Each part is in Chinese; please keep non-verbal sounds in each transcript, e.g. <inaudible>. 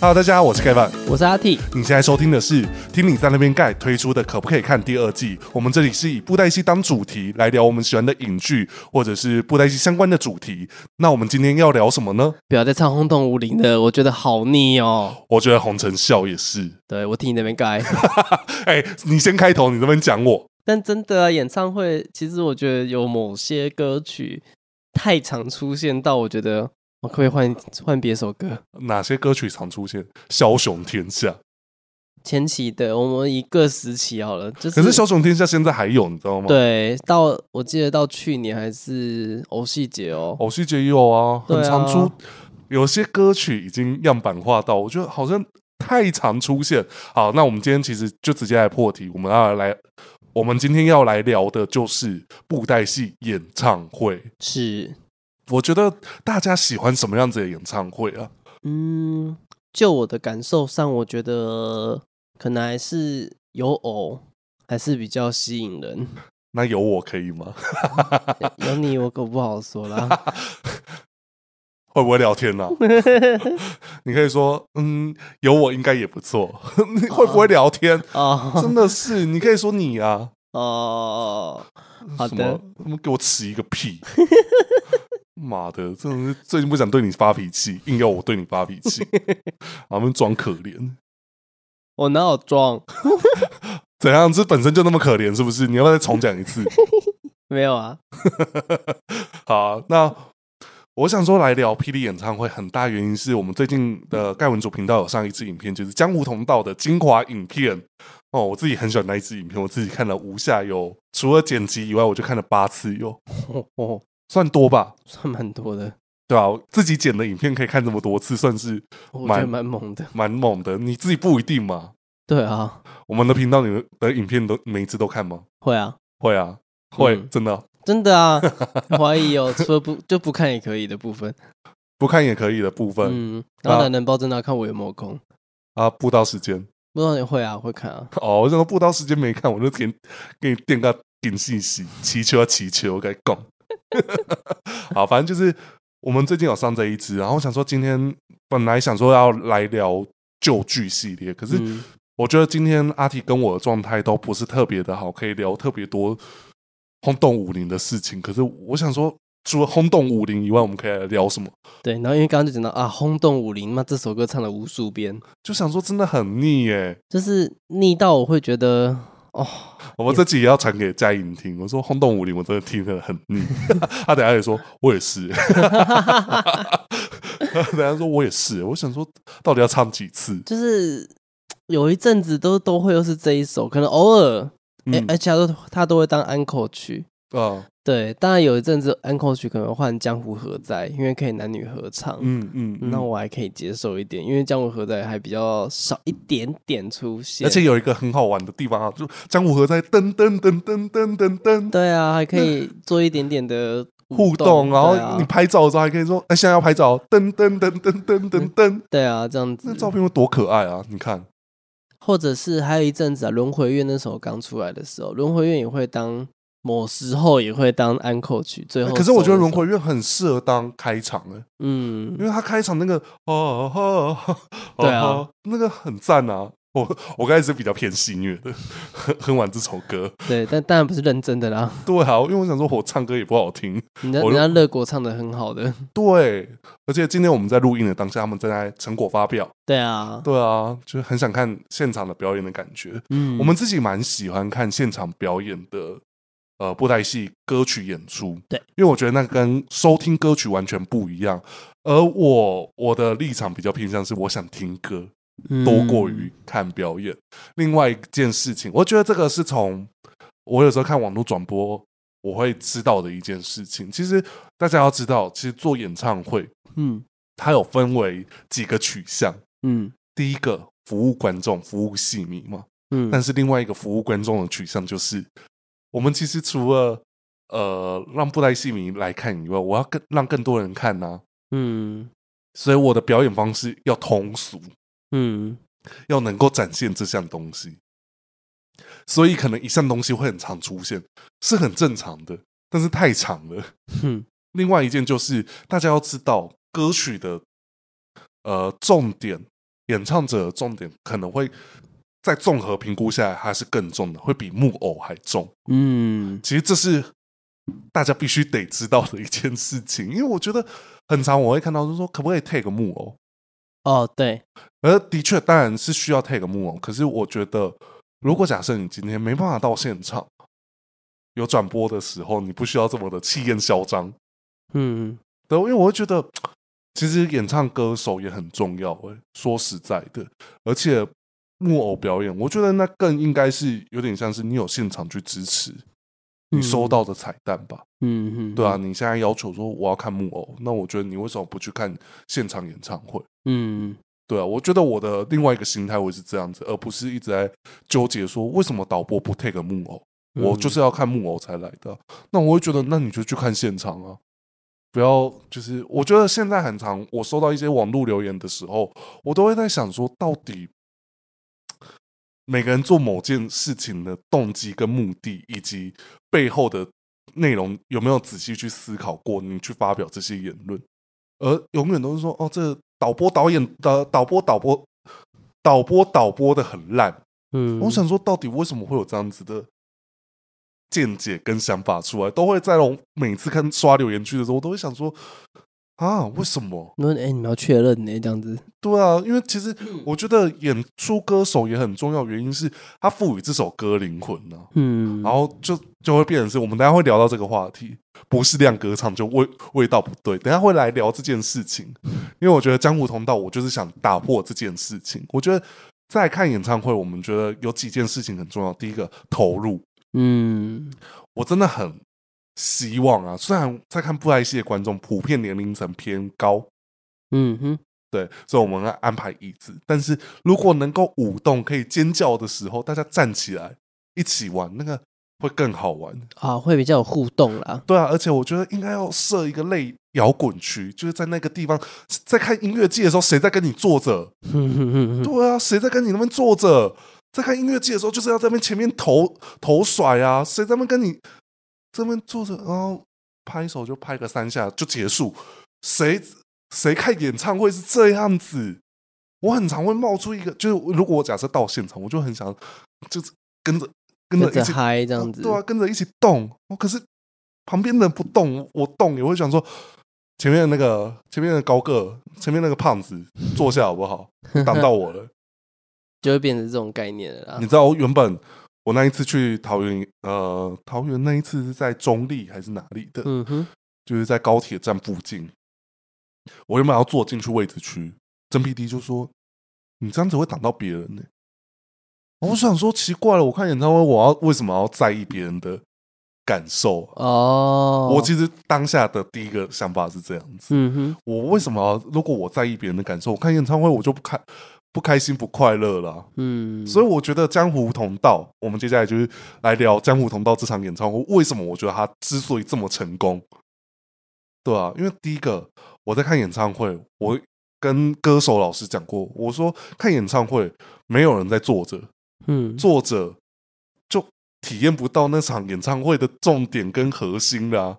Hello，大家好，我是 Kevin。我是阿 T，你现在收听的是《听你在那边盖》推出的《可不可以看》第二季。我们这里是以布袋戏当主题来聊我们喜欢的影剧或者是布袋戏相关的主题。那我们今天要聊什么呢？不要再唱轰动无灵的，我觉得好腻 <laughs> 哦。我觉得洪承孝也是。对我替你那边改，哎、你先开头，你这边讲我。 <laughs> 但真的啊，演唱会其实我觉得有某些歌曲太常出现到，我觉得我可不可以换换别首歌？哪些歌曲常出现？枭雄天下，前期的我们一个时期好了，就是可是枭雄天下现在还有，你知道吗？，对到我记得到去年还是偶戏节哦，偶戏节也有啊，对啊很常出。有些歌曲已经样板化到，我觉得好像太常出现。好，那我们今天其实就直接来破题，我们要来，我们今天要来聊的就是布袋戏演唱会。是我觉得大家喜欢什么样子的演唱会啊？嗯，就我的感受上，我觉得可能还是有偶还是比较吸引人。那有我可以吗？ <laughs> 有你我可不好说啦。会不会聊天呢、啊？你可以说，嗯，有我应该也不错。 <laughs> 你会不会聊 <laughs> 天？ <laughs> 哦真的是，你可以说你啊。哦，好什的么，他们给我起一个 <laughs> 屁！妈的，真的是最近不想对你发脾气，硬要我对你发脾气， <laughs> 他们装可怜，我哪有装？怎样？这本身就那么可怜，是不是？你要不要再重讲一 <laughs> 次？没有啊。好啊、那我想说来聊霹雳演唱会，很大原因是我们最近的盖文主频道有上一支影片，就是江湖同道的精华影片。哦，我自己很喜欢那一支影片，我自己看了无下有，除了剪辑以外，我就看了八次 <laughs> 有，哦哦，算多吧？算蛮多的，对啊，我自己剪的影片可以看这么多次，算是我觉蛮得蛮猛的。蛮猛的。你自己不一定嘛。对啊，我们的频道里面的影片都每一次都看吗？会啊，会啊，会、嗯真的真的啊， <laughs> 怀疑哦，除了不就不看也可以的部分。不看也可以的部分、嗯，然后啊懒人包真的要看我有没有空，啊。布刀时间不知道你会啊，会看啊。哦，我想说布刀时间没看，我就给你给你垫个顶信息，祈求啊祈求，我该讲。 <laughs> 好，反正就是我们最近有上这一支，然后我想说今天本来想说要来聊旧剧系列，可是嗯，我觉得今天阿 T 跟我的状态都不是特别的好，可以聊特别多轰动武林的事情。可是我想说，除了轰动武林以外，我们可以来聊什么？对，然后因为刚刚就讲到啊，轰动武林，那这首歌唱了无数遍，就想说真的很腻耶、就是腻到我会觉得哦，我们这集也要传给嘉颖听。我说轰动武林，我真的听得很 <laughs> 腻。他等一下也说，我也是。他等一下说我也是。我想说，到底要唱几次？就是有一阵子都都会又是这一首，可能偶尔，哎、嗯而且他都他都会当安 n 曲。啊，对，当然有一阵子安 n 曲可能换江湖何在，因为可以男女合唱，嗯嗯，嗯那我还可以接受一点，因为江湖何在还比较少一点点出现，而且有一个很好玩的地方啊，就江湖河在噔噔噔噔噔噔噔对啊，还可以做一点点的互动，然对后啊你拍照的时候还可以说：“哎、现在要拍照，噔噔噔噔噔噔噔。对啊这样”子那，照片会多可爱啊！你看，或者是还有一阵子啊，轮回院那首刚出来的时候，轮回院也会当。某时候也会当安 n 曲，最后、哎可是我觉得轮回，月很适合当开场哎、嗯因，为他开场那个哦哦哦哦，对啊哦，那个很赞啊！我我刚才是比较偏戏虐的，很很玩这首歌。对，但当然不是认真的啦。 <laughs> 对啊，因为我想说我唱歌也不好听。人家我人就家乐国唱的很好的， <laughs> 对，而且今天我们在录音的当下，他们正在成果发表。对啊，对啊，就是很想看现场的表演的感觉。嗯，我们自己蛮喜欢看现场表演的，呃，布袋戏歌曲演出。对，因为我觉得那跟收听歌曲完全不一样。而我我的立场比较偏向是，我想听歌嗯多过于看表演。另外一件事情，我觉得这个是从我有时候看网络转播我会知道的一件事情。其实大家要知道，其实做演唱会嗯它有分为几个取向。嗯第一个服务观众，服务戏迷嘛。嗯，但是是另外一个服务观众的取向就是，我们其实除了呃让布袋戏迷来看以外，我要更让更多人看呐、嗯所以我的表演方式要通俗，嗯要能够展现这项东西。所以可能一项东西会很常出现，是很正常的，但是太长了。哼另外一件就是大家要知道歌曲的呃重点演唱者的重点可能会在综合评估下来，它是更重的，会比木偶还重。嗯，其实这是大家必须得知道的一件事情，因为我觉得很常我会看到，就是说可不可以 take 木偶？哦，对，而的确，当然是需要 take 木偶。可是我觉得，如果假设你今天没办法到现场，有转播的时候，你不需要这么的气焰嚣张。嗯，对，因为我会觉得，嗯其实演唱歌手也很重要、欸。说实在的，而且木偶表演，我觉得那更应该是有点像是你有现场去支持你收到的彩蛋吧。嗯，嗯嗯，对啊，，你现在要求说我要看木偶，那我觉得你为什么不去看现场演唱会？嗯，对啊，我觉得我的另外一个心态会是这样子，而不是一直在纠结说为什么导播不 take 木偶，我就是要看木偶才来的啊。那我会觉得，那你就去看现场啊，不要就是我觉得现在很长，我收到一些网络留言的时候，我都会在想说，到底每个人做某件事情的动机跟目的，以及背后的内容有没有仔细去思考过，你去发表这些言论。而永远都是说哦，这导播导演的导播导播导播导播的很烂。嗯，我想说，到底为什么会有这样子的见解跟想法出来？都会在我每次看刷留言区的时候，我都会想说啊，为什么？你说，哎，你们要确认呢，这样子，对啊，因为其实我觉得演出歌手也很重要，原因是他赋予这首歌灵魂啊呢、嗯，然后就就会变成是我们等一下会聊到这个话题，不是亮歌唱就味味道不对，等一下会来聊这件事情，因为我觉得江湖通道，我就是想打破这件事情。我觉得在看演唱会，我们觉得有几件事情很重要，第一个投入，嗯，我真的很希望啊，虽然在看布袋戏的观众普遍年龄层偏高。嗯哼，对，所以我们要安排椅子。但是如果能够舞动、可以尖叫的时候，大家站起来一起玩，那个会更好玩。啊，会比较有互动啦，对啊，而且我觉得应该要设一个类摇滚区，就是在那个地方，在看音乐季的时候，谁在跟你坐着？哼哼哼哼 <laughs> 对啊，谁在跟你那边坐着？在看音乐季的时候，就是要在那边前面头头甩啊，谁在那边跟你这边坐着，然后拍手就拍个三下就结束。谁谁看演唱会是这样子？我很常会冒出一个，就是如果我假设到现场，我就很想就是跟着跟着跟一着起嗨这样子，对啊，跟着一起动。哦、可是旁边的人不动，我动也会想说，前面的那个前面的高个，前面那个胖子坐下好不好？挡到我 <laughs> 了。就会变成这种概念了你啦，知道原本我那一次去桃园，呃，桃园那一次是在中立还是哪里的？嗯哼，就是在高铁站附近。我原本要坐进去位置区，真 P D 就说：“你这样子会挡到别人呢、然后我想说奇怪了，我看演唱会，我要为什么要在意别人的感受啊？哦，我其实当下的第一个想法是这样子：嗯哼，我为什么要？如果我在意别人的感受，我看演唱会我就不开不开心不快乐了啊、嗯，所以以我觉得江湖同道，我们接下来就是来聊江湖同道这场演唱会，为什么我觉得他之所以这么成功，对啊，因为第一个我在看演唱会，我跟歌手老师讲过，我说看演唱会没有人在坐着，嗯，坐着就体验不到那场演唱会的重点跟核心啦、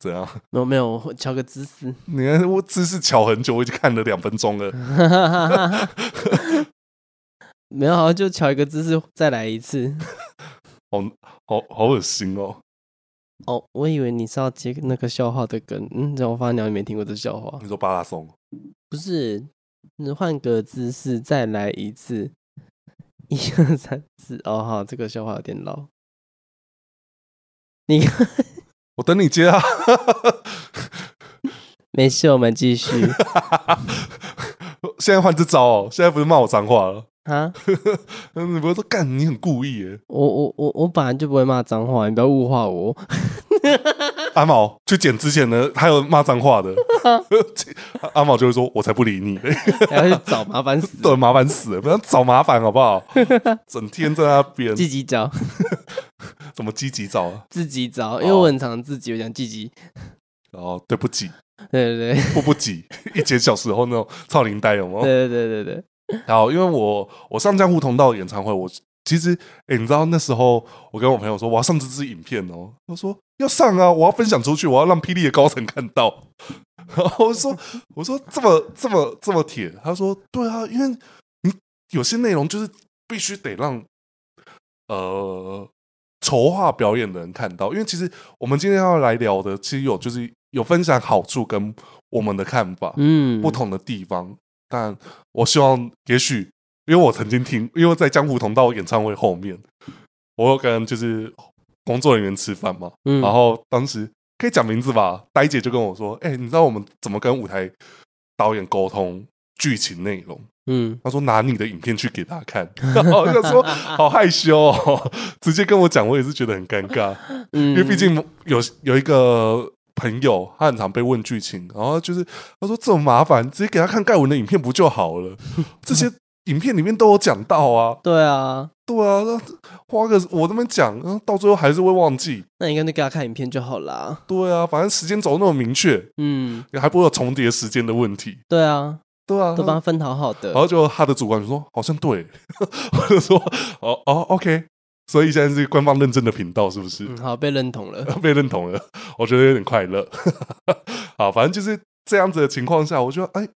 怎样？ <laughs> 没有嗯没有，我敲个姿势，你看我姿势瞧很久，我已经看了两分钟了。哈哈哈哈 <laughs> 没有，好像就敲一个姿势再来一次。好好恶心哦！哦，我以为你是要接那个笑话的梗，嗯，然后我发现你好像没听过这笑话，你说巴拉松，不是，你换个姿势再来一次，一二三四，哦，好，这个笑话有点老。你 <laughs> 看，我等你接啊！ <laughs> 没事，我们继续 <laughs> 现在换这招哦，现在不是骂我脏话了。啊。你不是说干你很故意耶？我我我我本来就不会骂脏话，你不要物化我。阿毛去剪之前呢，还有骂脏话的， <laughs> 阿毛就会说：“我才不理你 <laughs> 嘞，，还要去找麻烦死对，麻烦死了，不要找麻烦好不好？整天在那 <laughs> 边自己找怎么积极找啊？自己找，因为我很常自己，我讲自己，然后对不起，对对对迫不及， <laughs> 一节小时后那种超龄呆有没有？对对对对然后因为我我上江湖同道演唱会，我其实哎、诶你知道那时候我跟我朋友说我要上这支影片哦，他说要上啊，我要分享出去，我要让霹雳的高层看到。 <laughs> 然后我说我说这么这么这么铁，他说对啊，因为你有些内容就是必须得让呃筹划表演的人看到，因为其实我们今天要来聊的，其实有就是有分享好处跟我们的看法，嗯，哦不同的地方。但我希望，也许因为我曾经听，因为在江湖同道演唱会后面，我有跟就是工作人员吃饭嘛，嗯，然后当时可以讲名字吧，呆姐就跟我说：“哎、你知道我们怎么跟舞台导演沟通剧情内容？”嗯，他说拿你的影片去给他看， <laughs> 然后我就说好害羞哦，直接跟我讲，我也是觉得很尴尬。因因为毕竟有有一个朋友，他很常被问剧情，然后就是他说这么麻烦，直接给他看盖文的影片不就好了？这些影片里面都有讲到啊，对啊，对啊，那花个我这边讲，然后到最后还是会忘记，那你干脆给他看影片就好啦。对啊，反正时间轴那么明确，嗯，还不会有重叠时间的问题，对啊，对啊，都帮他分好好的然。后就他的主管就说好像对， <laughs> 我就说哦哦 OK，所以现在是官方认证的频道是不是？嗯，好，被认 <laughs> 同了。被认同了，我觉得有点快乐。 <laughs> 好，反正就是这样子的情况下，我觉得哎，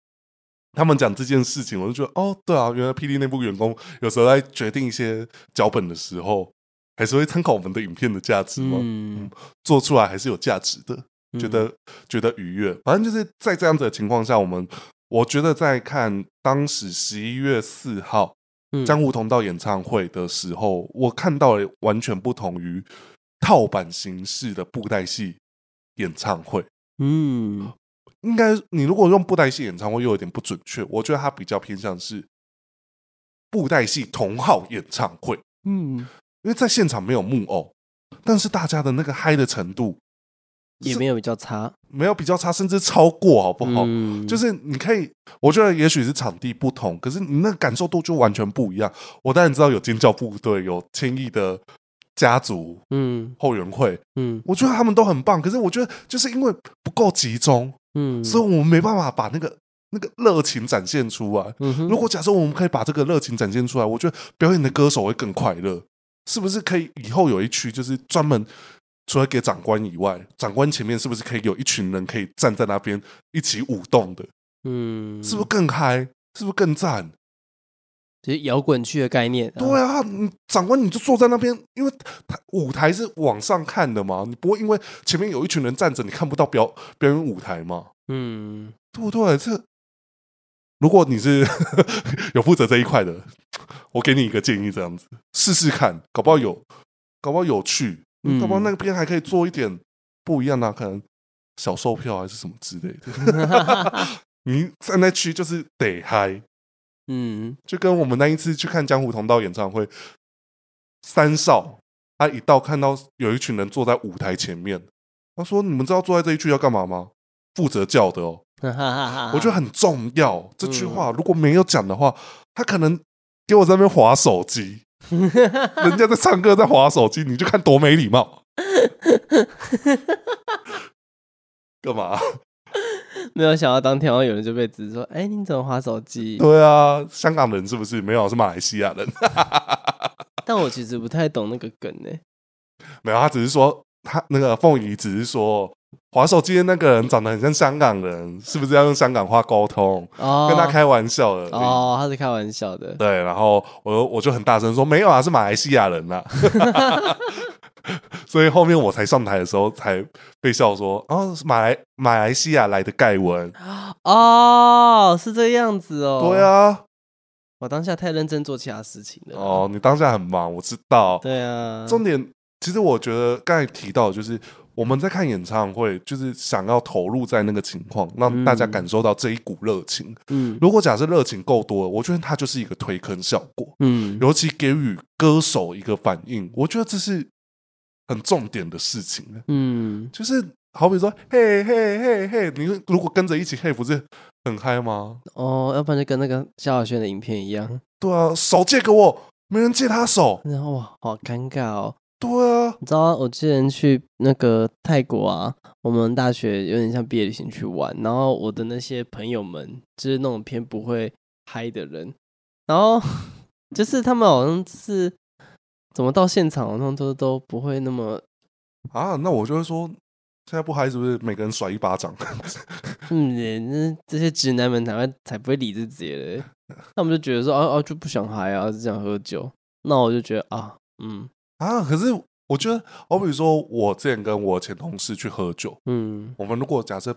他们讲这件事情，我就觉得哦，对啊，原来 PD 内部员工有时候在决定一些脚本的时候，还是会参考我们的影片的价值嘛，嗯，做出来还是有价值的，嗯觉得觉得愉悦。反正就是在这样子的情况下，我们我觉得在看当时十一月四号嗯江湖同道演唱会的时候，我看到了完全不同于套版形式的布袋戏演唱会。嗯应该你如果用布袋戏演唱会，又有点不准确。我觉得它比较偏向是布袋戏同号演唱会，嗯，因为在现场没有木偶，但是大家的那个嗨的程度也没有比较差，没有比较差，甚至超过，好不好？嗯就是你可以，我觉得也许是场地不同，可是你那个感受度就完全不一样。我当然知道有尖叫部队，有千亿的家族嗯后援会，嗯我觉得他们都很棒。可是我觉得就是因为不够集中，嗯，所以我们没办法把那个那个热情展现出来。嗯哼如果假设我们可以把这个热情展现出来，我觉得表演的歌手会更快乐。是不是可以以后有一区就是专门除了给长官以外，长官前面是不是可以有一群人可以站在那边一起舞动的？嗯，是不是更嗨？是不是更赞？其实摇滚区的概念？对啊，啊，你长官你就坐在那边，因为他舞台是往上看的嘛，你不会因为前面有一群人站着，你看不到表表演舞台嘛，嗯，对不对？这如果你是 <laughs> 有负责这一块的，我给你一个建议，这样子试试看，搞不好有，搞不好有趣，嗯搞不好那边还可以做一点不一样的、啊，可能小售票还是什么之类的。 <laughs> 你站在区就是得嗨，嗯就跟我们那一次去看江湖同道演唱会，三少他一到看到有一群人坐在舞台前面，他说：“你们知道坐在这一区要干嘛吗？”负责教的哦，哈哈哈哈，我觉得很重要。这句话如果没有讲的话，他可能给我在那边划手机，人家在唱歌在划手机，你就看多没礼貌。干嘛？没有想到当天好像有人就被指说，哎，你怎么划手机？对啊，香港人是不是没有？是马来西亚人。但我其实不太懂那个梗欸呢。没有，他只是说他那个凤仪只是说，滑手机的那个人长得很像香港人，是不是要用香港话沟通？哦，跟他开玩笑而已。哦，他是开玩笑的。对，然后我我就很大声说没有啊， <laughs> 是马来西亚人呐、所以后面我才上台的时候才被笑说，哦，是马来马来西亚来的盖文，哦，是这样子哦。对，啊，我当下太认真做其他事情了。哦，，你当下很忙，我知道，对啊，重点，其实我觉得刚才提到，就是我们在看演唱会，就是想要投入在那个情况，让大家感受到这一股热情。嗯如果假设热情够多，我觉得它就是一个推坑效果，嗯尤其给予歌手一个反应，我觉得这是很重点的事情。嗯，就是好比说，嘿嘿嘿嘿，你如果跟着一起嘿，不是很嗨吗？哦，要不然就跟那个萧亚轩的影片一样，对啊，手借给我，没人借他手。然后哇，好尴尬哦。对啊，你知道，我之前去那个泰国啊，我们大学有点像毕业旅行去玩，然后我的那些朋友们就是那种偏不会嗨的人，然后 <laughs> 就是他们好像是怎么到现场好像都都不会那么啊，那我就会说，现在不嗨是不是？每个人甩一巴掌，嗯，那这些直男们才会才不会理自己 <laughs> 嘞。他们就觉得说，啊啊，就不想嗨啊，只想喝酒。那我就觉得啊，嗯啊！可是我觉得，好比说，我之前跟我前同事去喝酒，嗯，我们如果假设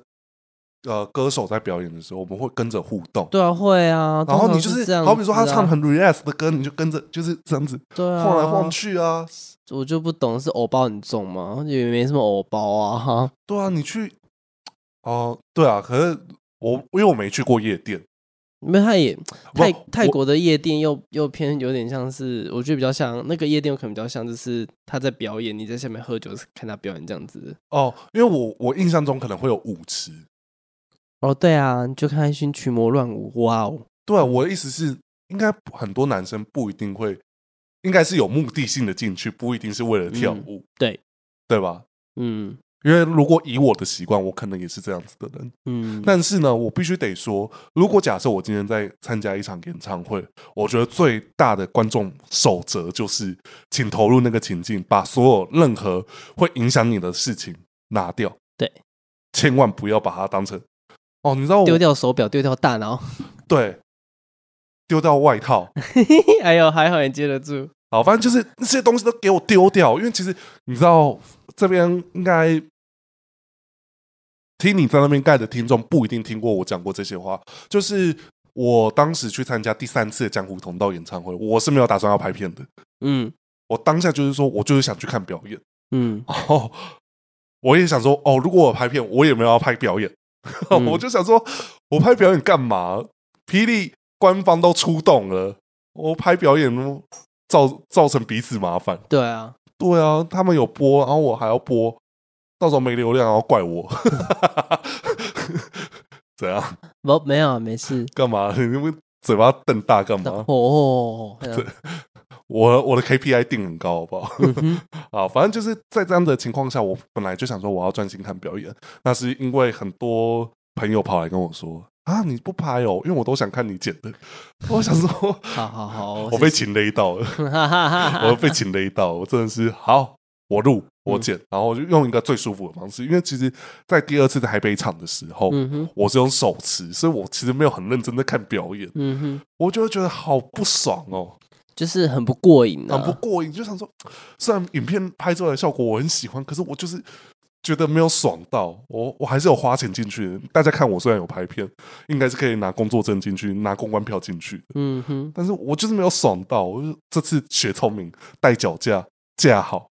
呃歌手在表演的时候，我们会跟着互动。对啊，会啊。然后通你常就是这是样、啊好比说他唱，很 relax 的歌，你就跟着就是这样子对啊，晃来晃去啊。我就不懂是偶包很重吗？也没什么偶包啊，哈，对啊，你去哦、对啊。可是我因为我没去过夜店，因为他也不泰我泰国的夜店又又偏有点像是，我觉得比较像那个夜店，可能比较像就是他在表演，你在下面喝酒看他表演这样子。哦，因为我我印象中可能会有舞池。哦，对啊，你就看他一群群魔乱舞，哇哦，对啊，我的意思是，应该很多男生不一定会，应该是有目的性的进去，不一定是为了跳嗯舞，对，对吧？嗯因为如果以我的习惯，我可能也是这样子的人。嗯，但是呢，我必须得说，如果假设我今天在参加一场演唱会，我觉得最大的观众守则就是，请投入那个情境，把所有任何会影响你的事情拿掉。对，千万不要把它当成哦，你知道我丢掉手表，丢掉大脑， <laughs> 对丢掉外套，哎呦，还好你接得住。好，反正就是那些东西都给我丢掉，因为其实你知道这边应该听你在那边盖的听众不一定听过我讲过这些话，就是。我当时去参加第三次的江湖同道演唱会，我是没有打算要拍片的。嗯我当下就是说，我就是想去看表演。 <laughs> 嗯，哦，我也想说，哦，如果我拍片，我也没有要拍表演。嗯我就想说，我拍表演干嘛？霹雳官方都出动了，我拍表演造造成彼此麻烦。对啊，对啊，他们有播，然后我还要播，到时候没流量，然后怪我。 <laughs> 怎样？不没有啊没事。干嘛？你们嘴巴瞪大干哦嘛？哦，哦哦我我的 KPI 定很高，好不好？<laughs> 嗯哼啊，反正就是在这样的情况下，我本来就想说我要专心看表演，那是因为很多朋友跑来跟我说啊，你不拍哦，因为我都想看你剪的。我想说，好好好，我被擒勒到了，哈哈 <laughs> <laughs> 哈我被擒勒到，我真的是好，我录我剪，嗯然后我就用一个最舒服的方式，因为其实，在第二次的台北场的时候，嗯哼我是用手持，所以我其实没有很认真的看表演，嗯哼，我就会觉得好不爽哦。就是很不过瘾很不啊。过瘾，就想说，虽然影片拍出来的效果我很喜欢，可是我就是觉得没有爽到，我我还是有花钱进去的。大家看我虽然有拍片，应该是可以拿工作证进去，拿公关票进去的，嗯哼，但是我就是没有爽到。我就这次学聪明，带脚架架好，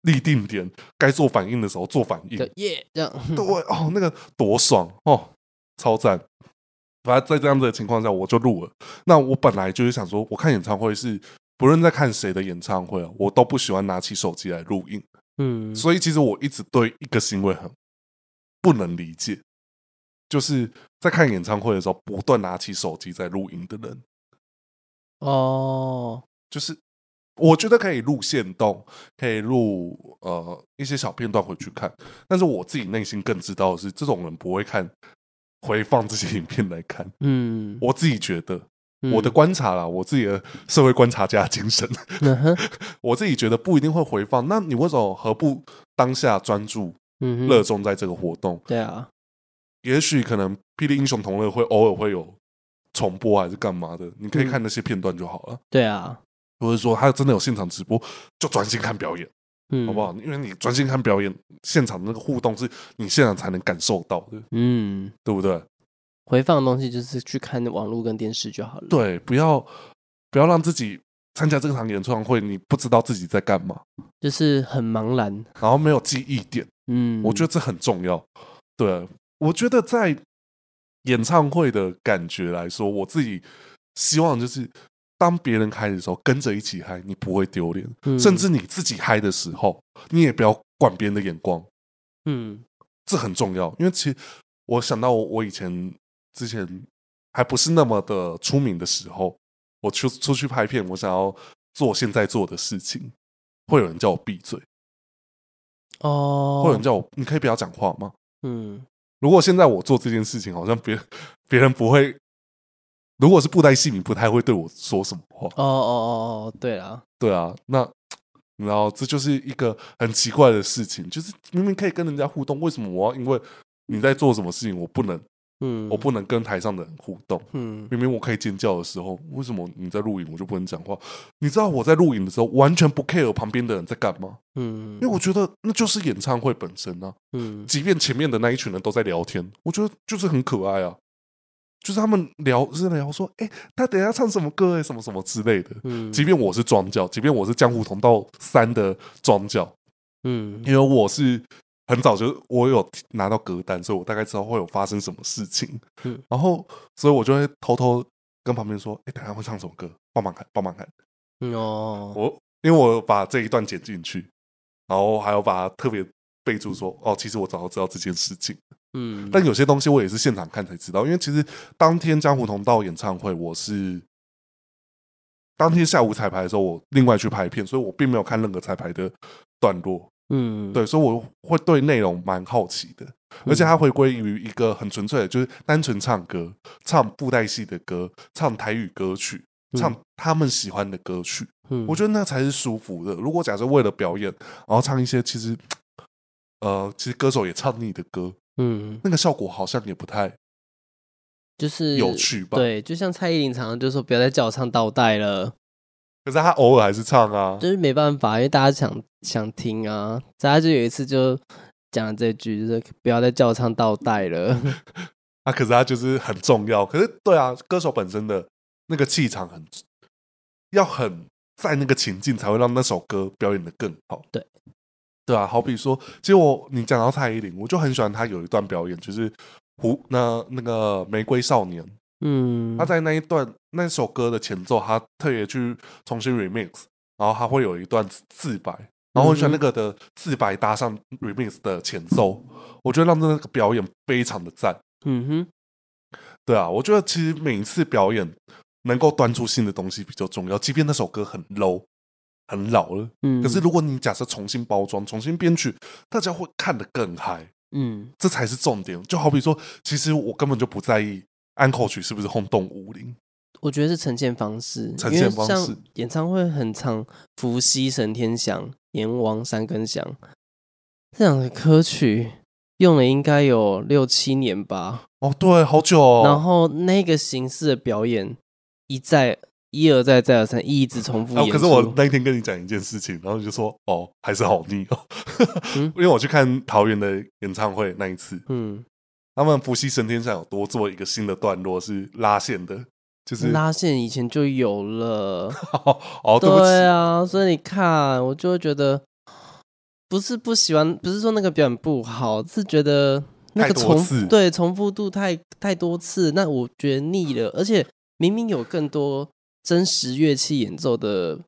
立定点，该做反应的时候做反应就，耶这样，对哦，那个多爽哦，超赞！反正在这样子的情况下，我就录了。那我本来就是想说，我看演唱会是不论在看谁的演唱会啊，我都不喜欢拿起手机来录音， <laughs> 嗯所以其实我一直对一个行为很不能理解，就是在看演唱会的时候不断拿起手机在录音的人，哦，就是我觉得可以录线动，可以录呃一些小片段回去看，但是我自己内心更知道的是，这种人不会看回放这些影片来看。嗯，我自己觉得，嗯我的观察啦，我自己的社会观察家精神， <laughs> 嗯哼我自己觉得不一定会回放。那你为什么何不当下专注、嗯 <laughs> 哼热衷在这个活动？对啊，也许可能《霹雳英雄同乐会》偶尔会有重播啊还是干嘛的，你可以嗯看那些片段就好了。对啊，或者说他真的有现场直播，就专心看表演。嗯，好不？好？因为你专心看表演，现场那个互动是你现场才能感受到的，嗯，对不对？回放的东西就是去看网络跟电视就好了。，对，不要不要让自己参加这场演唱会，你不知道自己在干嘛，就是很茫然。然后没有记忆点，嗯，我觉得这很重要。对，我觉得在演唱会的感觉来说，我自己希望就是。当别人嗨的时候，跟着一起嗨，你不会丢脸。嗯甚至你自己嗨的时候，你也不要管别人的眼光。嗯这很重要，因为其实我想到我我以前之前还不是那么的出名的时候，我出出去拍片，我想要做现在做的事情，会有人叫我闭嘴，哦，会有人叫我你可以不要讲话吗？嗯如果现在我做这件事情，好像别别人不会，如果是布袋戏迷，不太会对我说什么话。哦哦哦哦，对啦，对啊，那然后这就是一个很奇怪的事情，就是明明可以跟人家互动，为什么我要因为你在做什么事情，我不能嗯，我不能跟台上的人互动。嗯明明我可以尖叫的时候，为什么你在录影我就不能讲话？你知道我在录影的时候完全不 care 旁边的人在干嘛，嗯因为我觉得那就是演唱会本身啊。嗯即便前面的那一群人都在聊天，我觉得就是很可爱啊。就是他们聊是聊说，哎、他等一下唱什么歌、欸，什么什么之类的。嗯即便我是庄教，即便我是江湖同道三的庄教，嗯因为我是很早就我有拿到歌单，所以我大概知道会有发生什么事情。嗯然后所以我就会偷偷跟旁边说：“哎、等一下会唱什么歌，帮忙看，帮忙看。嗯哦，我因为我有把这一段剪进去，然后还有把它特别备注说：“哦，其实我早就知道这件事情。”嗯，但有些东西我也是现场看才知道，因为其实当天江湖同道演唱会，我是当天下午彩排的时候，我另外去拍片，所以我并没有看任何彩排的段落。嗯对，所以我会对内容蛮好奇的，而且它回归于一个很纯粹的，就是单纯唱歌，唱布袋戏的歌，唱台语歌曲，唱他们喜欢的歌曲，嗯，我觉得得那才是舒服的。如果假设为了表演，然后唱一些其实，呃，其实歌手也唱腻的歌，嗯那个效果好像也不太就是有趣吧。对，就像蔡依林常常就说不要再叫我唱倒带了，可是他偶尔还是唱啊，就是没办法，因为大家想想听啊。大家就有一次就讲了这句，就是不要再叫我唱倒带 <laughs> 了。啊，可是他就是很重要。可是对啊，歌手本身的那个气场很，要很在那个情境才会让那首歌表演的更好。对，对啊，好比说，其实我你讲到蔡依林，我就很喜欢她有一段表演，就是胡那那个玫瑰少年，嗯，他在那一段那首歌的前奏，他特别去重新 remix，然后他会有一段自白，然后我喜欢嗯那个的自白搭上 remix 的前奏，我觉得让那个表演非常的赞。嗯哼，对啊，我觉得其实每一次表演能够端出新的东西比较重要，即便那首歌很 low、很老了，嗯，可是如果你假设重新包装、重新编曲，大家会看得更嗨，嗯这才是重点。就好比说，其实我根本就不在意安口曲是不是轰动武林，我觉得是呈现方式，呈因为现方像式演唱会很常伏羲神天祥、阎王三根祥这两个歌曲用了应该有六七年吧，哦，对，好久、哦，然后那个形式的表演一再一而再再而三一直重复啊演、可出。是我那一天跟你讲一件事情，然后你就说哦，还是好腻哦，嗯 <laughs> 因为我去看桃园的演唱会那一次，嗯，他们伏羲神天上有多做一个新的段落是拉线的，就是拉线以前就有了，哦哦，对不起，对啊，所以你看，我就会觉得不是不喜欢，不是说那个表演不好，是觉得那个太多重次对重复度太太多次，那我觉得腻了，而且明明有更多真实乐器演奏的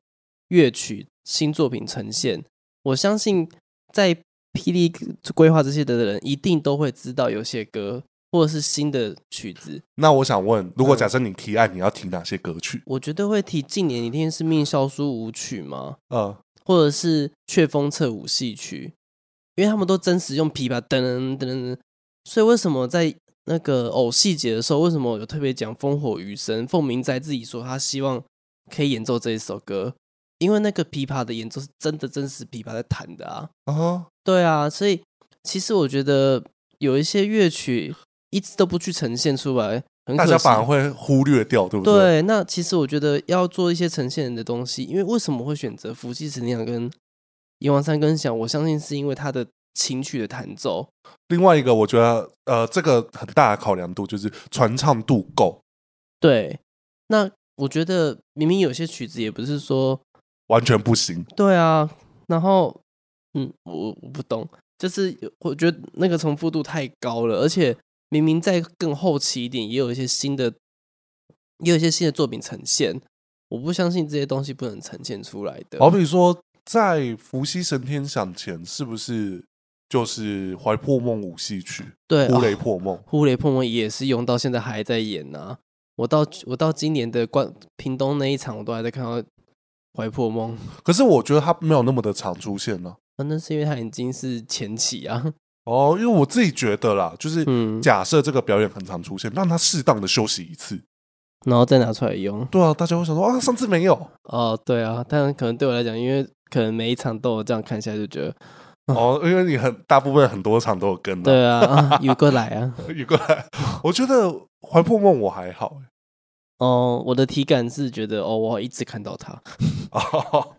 乐曲新作品呈现，我相信在霹雳规划这些的人一定都会知道有些歌或者是新的曲子，那我想问，如果嗯假设你提案，你要提哪些歌曲？我绝对会提近年一定是命萧书舞曲嘛，呃，或者是《雀风侧舞戏曲》，因为他们都真实用琵琶噔噔噔噔，所以为什么在那个偶戏节的时候，为什么我有特别讲《烽火余生》？凤鸣斋自己说他希望可以演奏这一首歌，因为那个琵琶的演奏是真的真实琵琶在弹的啊。啊哈，对啊，所以其实我觉得有一些乐曲一直都不去呈现出来，很大可家惜。反而会忽略掉，对不？对，那其实我觉得要做一些呈现人的东西，因为为什么会选择伏羲十娘跟阎王三根响？我相信是因为它的琴曲的弹奏，另外一个，我觉得呃，这个很大的考量度就是传唱度够，对。那我觉得明明有些曲子也不是说完全不行。对啊，然后嗯，我我不懂，就是有我觉得那个重复度太高了，而且明明在更后期一点，也有一些新的，也有一些新的作品呈现，我不相信这些东西不能呈现出来的。好比说，在伏羲神天响前，是不是就是《怀破梦舞戏曲》对， 《乌哦雷破梦》 《呼雷破梦》也是用到现在还在演呐、我到我到今年的关屏东那一场，我都还在看到《怀破梦》可是我觉得它没有那么的常出现了、啊， <laughs> 那是因为它已经是前期啊。 <laughs> 哦，因为我自己觉得啦，就是嗯假设这个表演很常出现，让它适当的休息一次。然后再拿出来用。对啊，大家会想说啊，上次没有。哦，对啊，但可能对我来讲，因为可能每一场都有这样看下来，就觉得哦，因为你很大部分很多场都有跟的、对啊，啊有个来啊。 <laughs> 一个来，我觉得《环破梦》我还好、 <laughs> 哦，我的体感是觉得哦，我一直看到他。哦，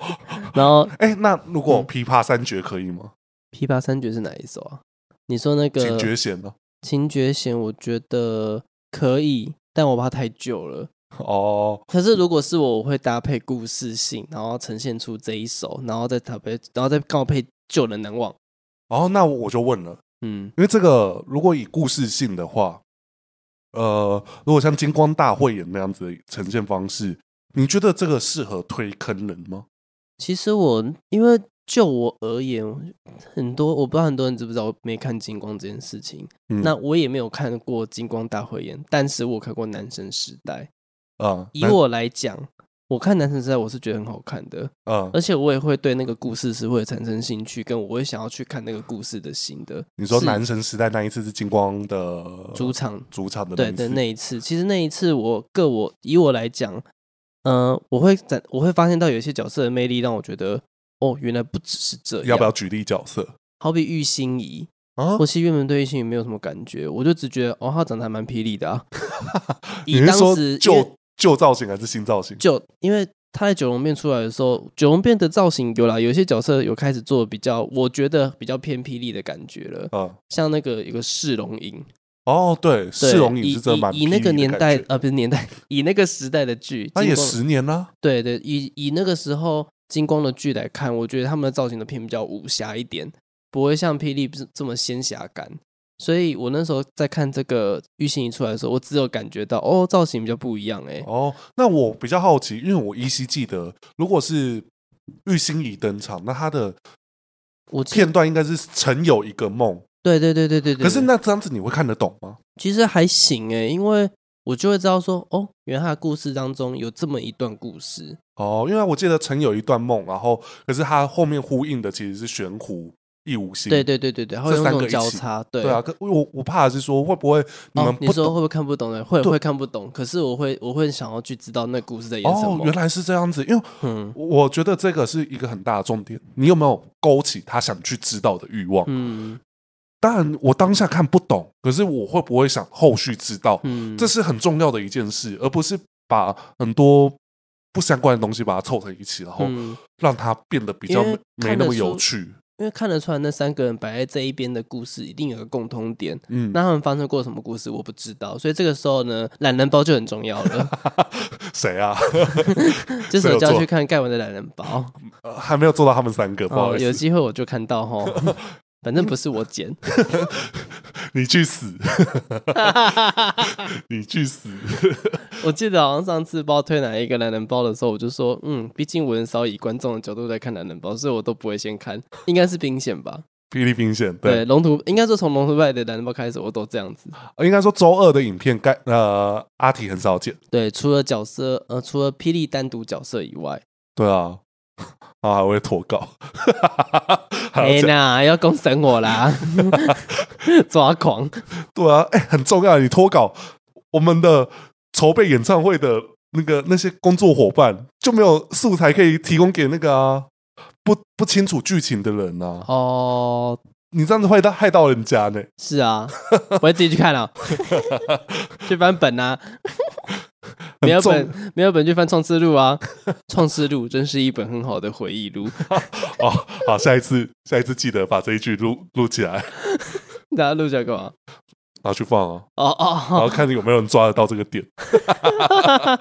然后《哎、那如果琵琶三绝可以 <laughs> 吗？琵琶三绝》是哪一首啊？你说那个警觉弦呢？秦觉贤，我觉得可以，但我怕太久了。哦，可是如果是我，我会搭配故事性，然后呈现出这一首，然后再搭配，然后再高配旧人难忘。哦，那我就问了，嗯，因为这个如果以故事性的话，呃，如果像《金光大会演》那样子的呈现方式，你觉得这个适合推坑人吗？其实我因为就我而言，很多我不知道很多人知不知道，我没看金光这件事情。嗯那我也没有看过金光大会演，但是我看过男神时代。啊，以我来讲，我看男神时代我是觉得很好看的，啊，而且我也会对那个故事是会产生兴趣，跟我会想要去看那个故事的新的。你说是男神时代那一次是金光的主场主场的对一次的那一次，其实那一次我个我以我来讲，呃，我会展我会发现到有一些角色的魅力，让我觉得哦，原来不只是这样。要不要？举例角色好比玉心怡，啊我？其实原本对玉心怡没有什么感觉，我就只觉得哦，她长得还蛮霹雳 <laughs> 的啊。你以是当说时因为旧旧造型还是新造型？就因为她在九龙变出来的时候，九龙变的造型有啦，有一些角色有开始做比较，我觉得比较偏霹雳的感觉了，啊，像那个有个释龙影。哦，对，对世龙影是真的蛮以以以那霹雳个的年感代觉呃不是年代，以那个时代的剧，那也金光十年啦，对对，以以那个时候金光的剧来看，我觉得他们的造型都偏比较武侠一点，不会像霹雳这这么仙侠感。所以我那时候在看这个玉心一出来的时候，我只有感觉到哦，造型比较不一样哎、哦，那我比较好奇，因为我依稀记得，如果是玉心怡登场，那她的我记片段应该是曾有一个梦。对对对对对对，可是那这样子你会看得懂吗？其实还行哎、因为我就会知道说哦，原来他的故事当中有这么一段故事，哦，因为我记得曾有一段梦，然后可是它后面呼应的其实是悬壶一无心。对对对对对，会这有那三个种一交起叉，对对啊，可我我怕的是说会不会你哦们，你不说懂会不会看不懂的？会对会看不懂，可是我会我会想要去知道那故事在演什哦么。原来是这样子，因为嗯我觉得这个是一个很大的重点。你有没有勾起他想去知道的欲望？嗯当然，我当下看不懂，可是我会不会想后续知道？嗯，这是很重要的一件事，而不是把很多不相关的东西把它凑在一起，然后嗯，让它变得比较因为没没看那得么有出趣。因为看得出来那三个人摆在这一边的故事一定有个共通点。嗯，那他们发生过什么故事，我不知道，所以这个时候呢，懒人包就很重要 <laughs> 了。谁啊？ <laughs> 这时谁有候就要做去看盖文的懒人包，呃还没有做到他们三 <laughs> 个，不好哦，意有思，机会我就看到哈， <laughs> 反正不是我剪， <laughs> 你去死，你去死！ <laughs> 我记得好像上次包推哪一个懒人包的时候，我就说，嗯，毕竟我很少以观众的角度在看懒人包，所以我都不会先看，应该是冰险吧？霹雳兵线对，对，呃龙图应该说从龙图派的懒人包开始，我都这样子。应该说周二的影片该呃阿体很少见，对，除了角色，呃，除了霹雳单独角色以外，对啊，啊还会脱稿，还哎要讲那要攻神我啦， <laughs> 抓狂！对啊，哎、很重要，你脱稿，我们的筹备演唱会的那个那些工作伙伴就没有素材可以提供给那个啊不不清楚剧情的人啊，哦，你这样子会到害到人家呢。<laughs> 是啊，我会自己去看了，去翻本啊，没有很重本没有本去翻《创世录》啊，《创世录》真是一本很好的回忆录。哦，好，下一次下一次记得把这一句录录起来，然大家录下来干嘛？后去放啊，哦然哦，后看有没有人抓得到这个点。哦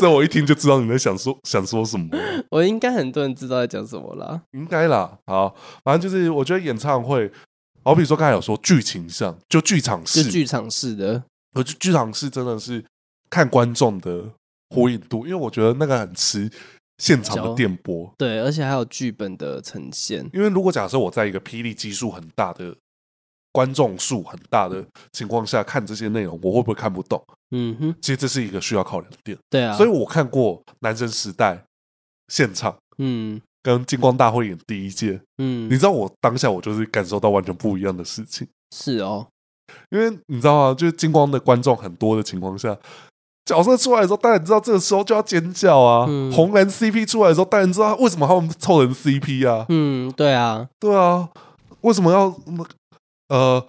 这我一听就知道你在想说想说什么， <laughs> 我应该很多人知道在讲什么啦。应该啦。好，反正就是我觉得演唱会，好比说刚才有说剧情上，就剧场就式剧场式的，我觉得剧场是真的是看观众的呼应度，因为我觉得那个很吃现场的交电波。对，而且还有剧本的呈现。因为如果假设我在一个霹雳基数很大的观众数很大的情况下看这些内容，我会不会看不懂？嗯哼，其实这是一个需要考量的点。对啊，所以我看过《男神时代》现场嗯跟《金光大会演》第一届，嗯，你知道我当下我就是感受到完全不一样的事情。是哦，啊因为你知道吗？就是金光的观众很多的情况下，角色出来的时候，当然知道这个时候就要尖叫啊。嗯红蓝 CP 出来的时候，当然知道为什么他们凑成 CP 啊。嗯，对啊，对啊，为什么要嗯呃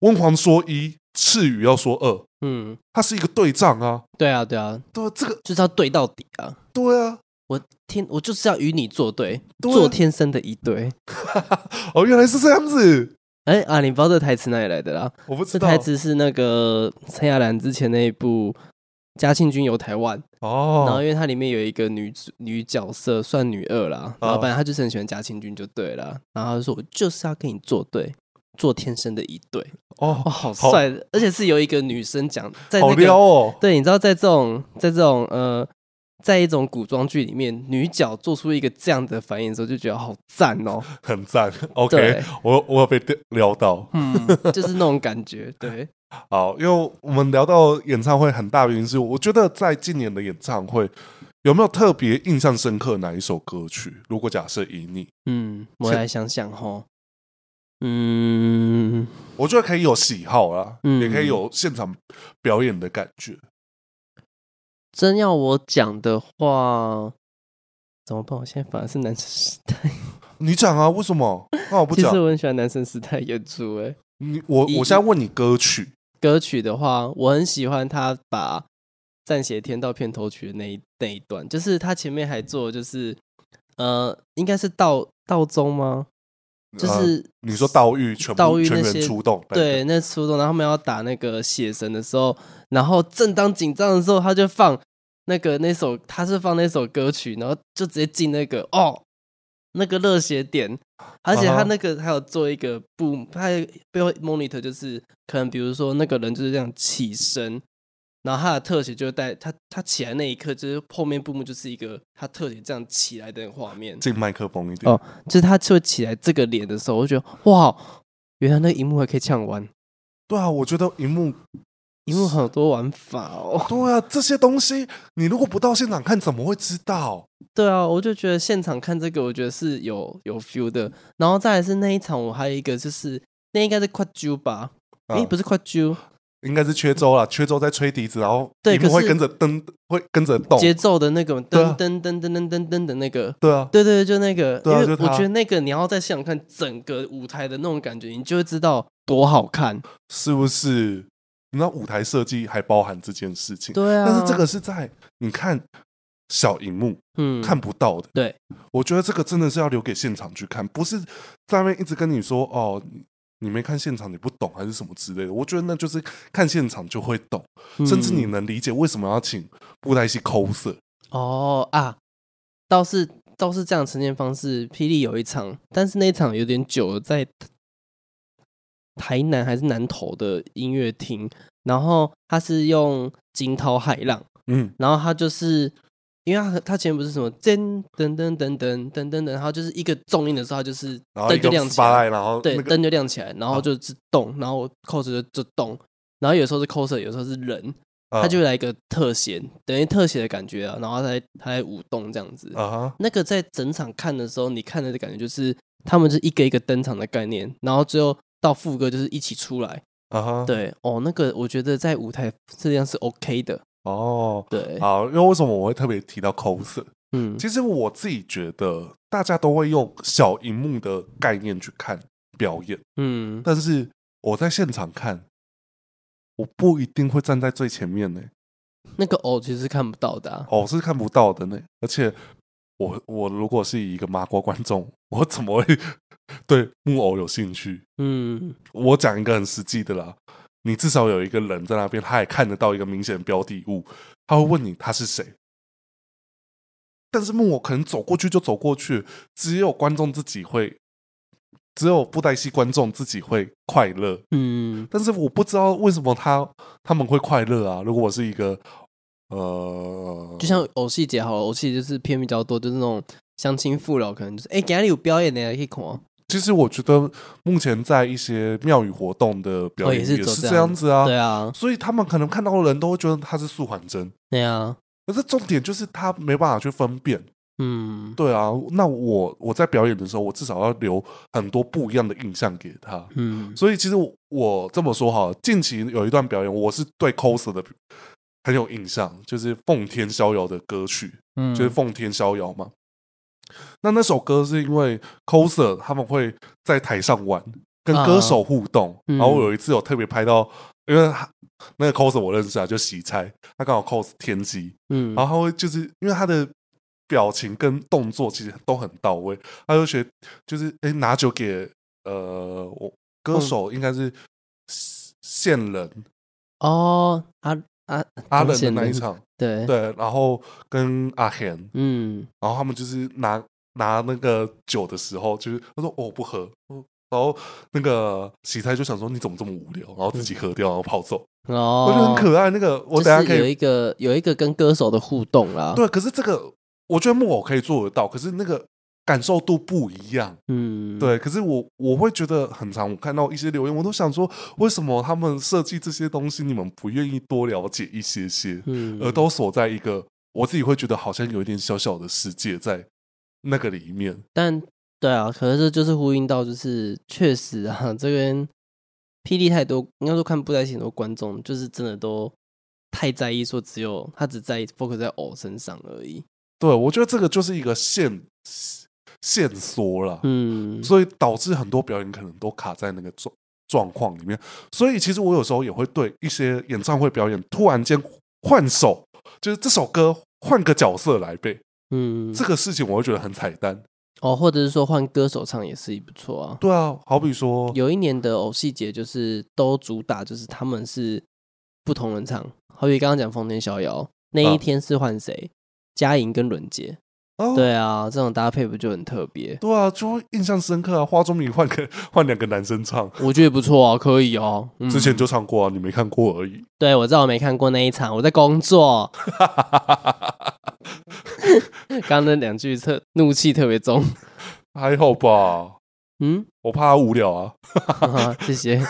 温皇说一，赤羽要说二，嗯，它是一个对仗啊。对啊，对啊，对啊，这个就是要对到底啊！对啊，我天，我就是要与你作对，对啊做天生的一对。哦，原来是这样子，哎啊，你不知道这台词哪里来的啦？我不这知道台词是那个陈亚兰之前那一部《嘉庆君游台湾》，然后哦因为它里面有一个女主女角色，算女二啦，哦然后反正她就是很喜欢嘉庆君就对了，然后她就说我就是要跟你作对。做天生的一对，哇，哦，好好帅的！而且是由一个女生讲，在好那个撩哦，对，你知道在这种在这种呃，在一种古装剧里面，女角做出一个这样的反应的时候，就觉得好赞哦。很赞。OK，对 <laughs> 我我有被撩撩到。嗯，就是那种感觉。对，好，因为我们聊到演唱会，很大原因是我觉得在今年的演唱会有没有特别印象深刻哪一首歌曲？如果假设以你， <laughs> 嗯，我是来想想吼，嗯，我觉得可以有喜好啦，嗯也可以有现场表演的感觉。真要我讲的话，怎么办？我现在反而是男生时代，你讲啊，为什么？那我不其讲实。我很喜欢男生时代演出欸诶、你我以我现在问你歌曲，歌曲的话，我很喜欢他把《暂写天》到片头曲的那一那一段，就是他前面还做，就是呃，应该是道道宗吗？就呃是、你说道玉全道部玉全那员些出动，对，那初中，然后他们要打那个血神的时候，然后正当紧张的时候，他就放那个那首，他是放那首歌曲，然后就直接进那个哦，那个热血点，而且啊哈他那个还有做一个不，他还背后 monitor 就是可能比如说那个人就是这样起身。然后他的特写就带他，他起来那一刻，就是后面布幕就是一个他特写这样起来的画面。进麦克风一点。哦就是他就起来这个脸的时候，我就觉得哇，原来那个荧幕还可以呛完。对啊，我觉得荧幕，因为好多玩法哦。对啊，这些东西你如果不到现场看，怎么会知道？ <laughs> 对啊，我就觉得现场看这个，我觉得是有有 feel 的。然后再来是那一场，我还有一个就是那应该是快啾吧？啊诶、不是快啾，应该是缺周 <laughs> 啦，缺周在吹笛子，然后对荧幕可会是跟着噔，会跟着动。节奏的那个对啊噔噔噔噔噔噔噔的那个。对啊，对对对，就那个，对啊因为就我它觉得那个你要在现场看整个舞台的那种感觉，你就会知道多好看。是不是？你知道舞台设计还包含这件事情，对啊，但是这个是在你看小荧幕嗯看不到的。对，我觉得这个真的是要留给现场去看，不是在外面一直跟你说哦，你你没看现场你不懂还是什么之类的。我觉得那就是看现场就会懂，甚至你嗯能理解为什么要请布袋戏抠色。哦啊，倒是倒是这样呈现方式。霹雳有一场，但是那一场有点久了，在台南还是南投的音乐厅，然后他是用惊涛骇浪，嗯，然后他就是因为他他前面不是什么噔噔噔噔噔噔噔噔，然后就是一个重音的时候，他就是然后一个灯就亮起 s p o 来，然后对，那个灯就亮起来，然后啊就是动，然后 cos 就就动，然后有时候是 cos，有时候是人，呃他就来一个特写，等于特写的感觉啊，然后他在他在舞动这样子。啊哈，那个在整场看的时候，你看的感觉就是他们是一个一个登场的概念，然后最后到副歌就是一起出来。啊哈，对，哦，那个我觉得在舞台这样是 OK 的。哦。对，好，因为为什么我会特别提到抠色？嗯，其实我自己觉得，大家都会用小荧幕的概念去看表演，嗯，但是我在现场看，我不一定会站在最前面呢、那个哦其实是看不到的、啊。哦，我是看不到的呢、而且我我如果是一个麻瓜观众，我怎么会 <laughs> 对木偶有兴趣？嗯，我讲一个很实际的啦，你至少有一个人在那边，他也看得到一个明显的标的物，他会问你他是谁。但是木偶可能走过去就走过去，只有观众自己会，只有布袋戏观众自己会快乐。嗯，但是我不知道为什么他他们会快乐啊！如果我是一个呃，就像偶戏节好了，偶戏就是片比较多，就是那种乡亲父老可能就是哎，今天有表演的可以看哦。其实我觉得目前在一些庙宇活动的表哦演也是也走是这这样样子啊，对啊，所以他们可能看到的人都会觉得他是素还真。对啊，可是重点就是他没办法去分辨，嗯对啊。那我我在表演的时候，我至少要留很多不一样的印象给他。嗯所以其实我我这么说哈，近期有一段表演，我是对 coser 的很有印象，就是《奉天逍遥》的歌曲，嗯，就是《奉天逍遥》嘛。那那首歌是因为 coser 他们会在台上玩，跟歌手互动。嗯然后我有一次有特别拍到，因为他那个 coser 我认识啊，就喜差，他刚好 cos 天机，嗯，然后他会就是因为他的表情跟动作其实都很到位，他就学就是哎、诶拿酒给呃我嗯歌手应该是线人哦，阿阿阿当仁的线那一人场，对，对，然后跟阿贤，嗯，然后他们就是拿拿那个酒的时候，就是他说、哦、我不喝，嗯然后那个喜菜就想说你怎么这么无聊，然后自己喝掉，然后跑走，嗯哦，我觉得很可爱。那个我就是等下可有以一个有一个跟歌手的互动啦，，对，可是这个我觉得木偶可以做得到，可是那个感受度不一样。嗯，，对，可是我我会觉得很常，我看到一些留言，我都想说，为什么他们设计这些东西，你们不愿意多了解一些些？嗯，而都锁在一个我自己会觉得好像有一点小小的世界在那个里面。但对啊，可是这就是呼应到，就是确实啊，这边霹雳太多，应该说看布袋戏很多观众，就是真的都太在意，说只有他只在意 focus 在偶身上而已。对我觉得这个就是一个线线索啦，嗯，所以导致很多表演可能都卡在那个状状况里面。所以其实我有时候也会对一些演唱会表演突然间换手，就是这首歌换个角色来背，嗯，这个事情我会觉得很彩蛋。哦，或者是说换歌手唱也是不错啊。对啊，好比说有一年的偶戏节就是都主打就是他们是不同人唱，好比刚刚讲《风天逍遥》那一啊天是换谁？嘉莹跟伦杰。哦对啊，这种搭配不就很特别？对啊，就会印象深刻啊。花中米换个换两个男生唱，我觉得不错啊，可以哦。嗯之前就唱过啊，你没看过而已。 <laughs> 对，我知道我没看过那一场，我在工作。刚刚那两句特怒气特别重，还好吧， <laughs> 嗯，我怕他无聊啊。哈哈谢谢， <laughs>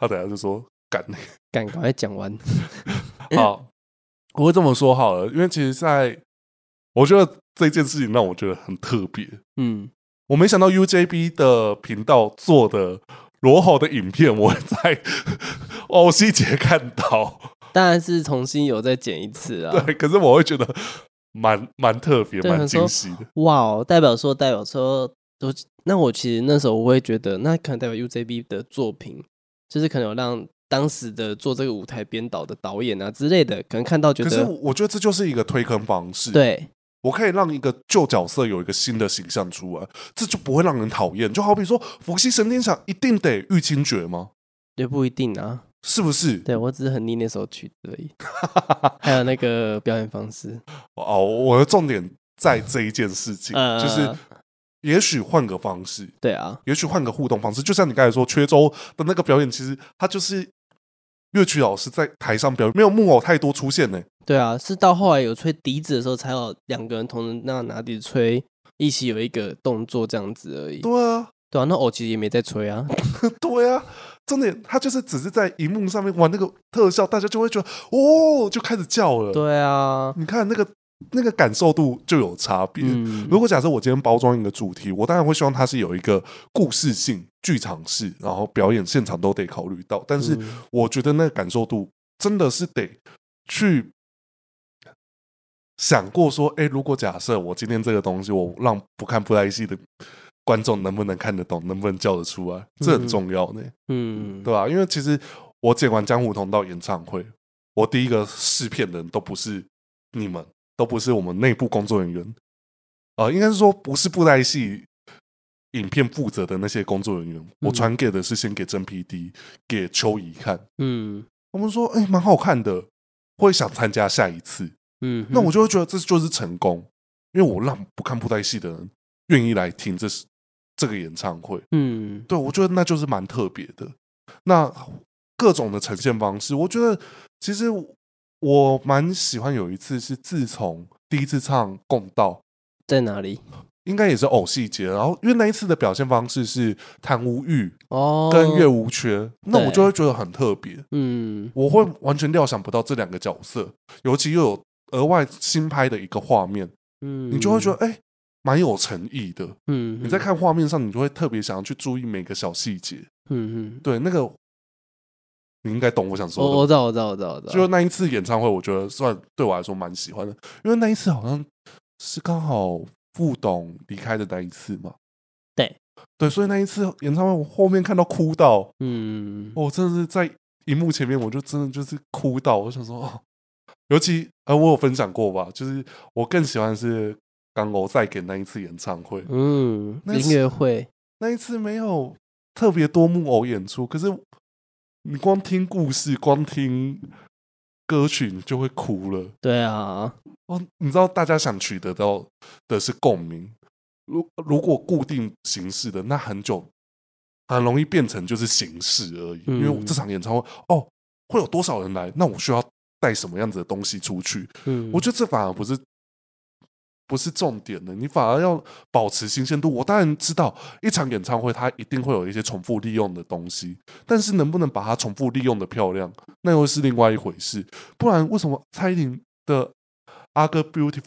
他等下就说干你赶赶快讲完。 <laughs> 好，我会这么说好了，因为其实在我觉得这件事情让我觉得很特别。嗯，我没想到 UJB 的频道做的罗喉的影片，我在 <laughs> 偶戏节看到，当然是重新有再剪一次啊。 <laughs> 对，可是我会觉得蛮蛮特别，对蛮很说惊喜的。哇哦，代表说代表说，我那我其实那时候我会觉得，那可能代表 UJB 的作品，就是可能有让当时的做这个舞台编导的导演啊之类的，可能看到觉可是得我觉得这就是一个推坑方式，，对，我可以让一个旧角色有一个新的形象出来，这就不会让人讨厌。就好比说《伏羲神殿想一定得玉清诀吗？也不一定啊。是不 <laughs> 是？对我只是很腻那首曲子而已，还有那个表演方式，哦，我的重点在这一件事情，呃就是也许换个方式，对啊，也许换个互动方式，就像你刚才说，缺州的那个表演，其实他就是乐曲老师在台上表演，没有木偶太多出现呢、对啊，是到后来有吹笛子的时候，才有两个人同时那样拿笛子吹，一起有一个动作这样子而已。对啊， <laughs> 对啊，那偶其实也没在吹啊，对啊，重点他就是只是在荧幕上面玩那个特效，大家就会觉得哦，就开始叫了。对啊，你看那个那个感受度就有差别。嗯，如果假设我今天包装一个主题，我当然会希望它是有一个故事性、剧场式，然后表演现场都得考虑到。但是嗯我觉得那个感受度真的是得去想过说，哎、如果假设我今天这个东西，我让不看布袋戏的观众能不能看得懂，能不能叫得出来，这很重要呢、嗯，对吧、啊因为其实我剪完江湖同道演唱会，我第一个试片的人都不是你们，都不是我们内部工作人员，呃，应该是说不是布袋戏影片负责的那些工作人员，我嗯传给的是先给真 PD 给秋怡看，嗯他们说哎蛮、好看的，会想参加下一次，嗯，那我就就会觉得这就是成功，因为我让不看布袋戏的人愿意来听这是这个演唱会。嗯对，我觉得那就是蛮特别的。那各种的呈现方式，我觉得其实我蛮喜欢。有一次是自从第一次唱《共道》，在哪里？应该也是偶戏节，然后因为那一次的表现方式是谭无欲哦，跟岳无缺，那我对就会觉得很特别，嗯我会完全料想不到这两个角色，尤其又有额外新拍的一个画面，嗯，你就会觉得哎。蛮有诚意的，嗯，嗯，你在看画面上，你就会特别想要去注意每个小细节。嗯嗯哦对，那个你应该懂我想说我的。我知道，我知道，我知道，我知就道。那一次演唱会，我觉得算对我来说蛮喜欢的，因为那一次好像是刚好副董离开的那一次嘛。对对，所以那一次演唱会，我后面看到哭到，哦嗯，我真的是在荧幕前面，我就真的就是哭到，我想说，哦，尤其呃，我有分享过吧，就是我更喜欢的是刚欧再给那一次演唱会，嗯，那是音乐会，那一次没有特别多木偶演出，可是你光听故事，光听歌曲，你就会哭了。对啊，哦，你知道大家想取得到的是共鸣。如如果固定形式的，那很久很容易变成就是形式而已。嗯因为我这场演唱会，哦，会有多少人来？那我需要带什么样子的东西出去？嗯，我觉得这反而不是不是重点的，你反而要保持新鲜度。我当然知道一场演唱会它一定会有一些重复利用的东西，但是能不能把它重复利用的漂亮，那又是另外一回事。不然为什么蔡依林的《阿哥 Beautiful》？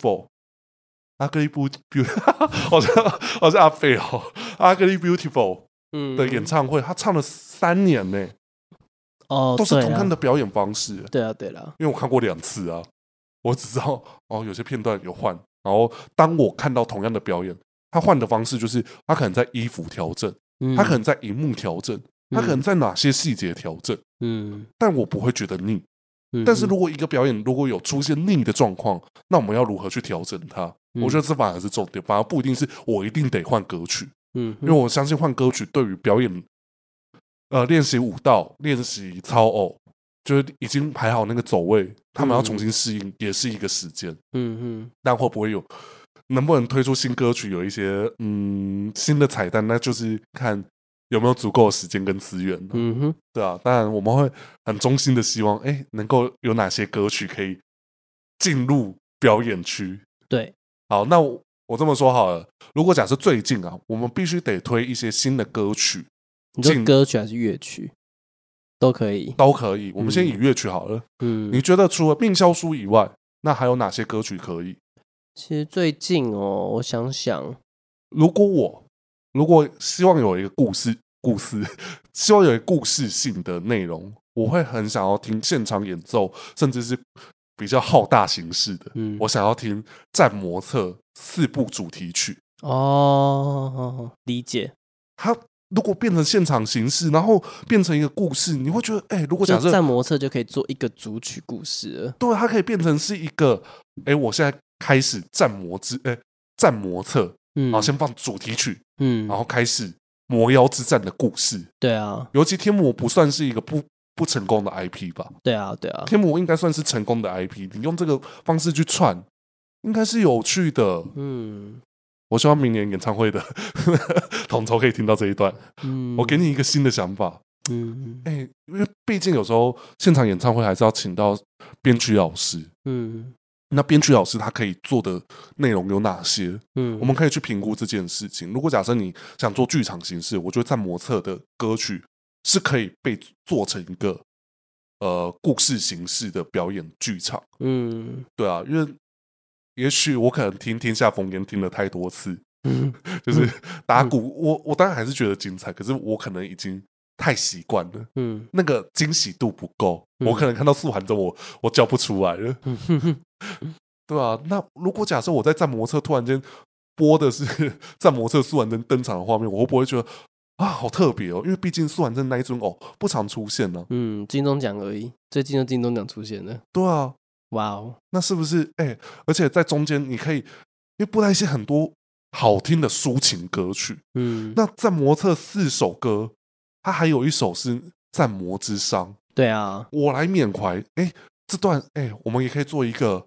阿格丽 b e a u t i f u <laughs> 好像好像阿飞哦，阿格丽 Beautiful 嗯的演唱会，他唱了三年呢、哦，都是对同啦样的，表演方式、对啊，对了，因为我看过两次啊，我只知道 <laughs> 哦，有些片段有换。然后当我看到同样的表演，他换的方式就是他可能在衣服调整，嗯他可能在荧幕调整，他可能嗯在哪些细节调整，嗯，但我不会觉得腻。<laughs> 嗯但是如果一个表演如果有出现腻的状况，那我们要如何去调整它？嗯我觉得这反而是重点，反而不一定是我一定得换歌曲，嗯，因为我相信换歌曲对于表演，呃，练习舞蹈、练习操偶，就是已经排好那个走位，他们要嗯重新适应，也是一个时间。嗯嗯但会不会有，能不能推出新歌曲，有一些嗯新的彩蛋，那就是看有没有足够的时间跟资源了。嗯哼，对啊，当然我们会很衷心的希望，哎，能够有哪些歌曲可以进入表演区。对，好，那我我这么说好了，如果假设最近啊，我们必须得推一些新的歌曲，你说进歌曲还是乐曲都可以，都可以。我们先嗯以乐曲好了。嗯，你觉得除了《命消书》以外，那还有哪些歌曲可以？其实最近哦，我想想，如果我如果希望有一个故事，故事 <laughs> 希望有一个故事性的内容，我会很想要听现场演奏，甚至是比较浩大形式的。嗯，我想要听《战魔策》四部主题曲。哦，理解，它如果变成现场形式，然后变成一个故事，你会觉得，哎、如果就假设战模策就可以做一个主曲故事了，对，它可以变成是一个，哎、我现在开始战魔之，哎、战魔策，嗯，然后先放主题曲，嗯，然后开始魔妖之战的故事。对啊，尤其天魔不算是一个不不成功的 IP 吧，对啊，对啊，天魔应该算是成功的 IP，你用这个方式去串，应该是有趣的。嗯我希望明年演唱会的 <laughs> 统筹可以听到这一段，嗯，我给你一个新的想法。嗯哎、因为毕竟有时候现场演唱会还是要请到编曲老师，嗯那编曲老师他可以做的内容有哪些？嗯，我们可以去评估这件事情。如果假设你想做剧场形式，我觉得在模测的歌曲是可以被做成一个呃故事形式的表演剧场。嗯对啊，因为也许我可能听《天下风言》听了太多次， <laughs> 嗯就是打鼓，我我当然还是觉得精彩，可是我可能已经太习惯了，嗯那个惊喜度不够，嗯我可能看到素寒真我我叫不出来了，嗯哼哼对啊，那如果假设我在战魔车突然间播的是 <laughs> 战魔车素寒真登场的画面，我会不会觉得啊好特别哦？因为毕竟素寒真那一尊偶不常出现呢、嗯，金钟奖而已，最近就金钟奖出现了，对啊，哇哦，那是不是？哎、而且在中间你可以，因为布袋戏很多好听的抒情歌曲，嗯，那战魔册四首歌，它还有一首是战魔之殇，对啊，我来缅怀。哎，这段哎，我们也可以做一个，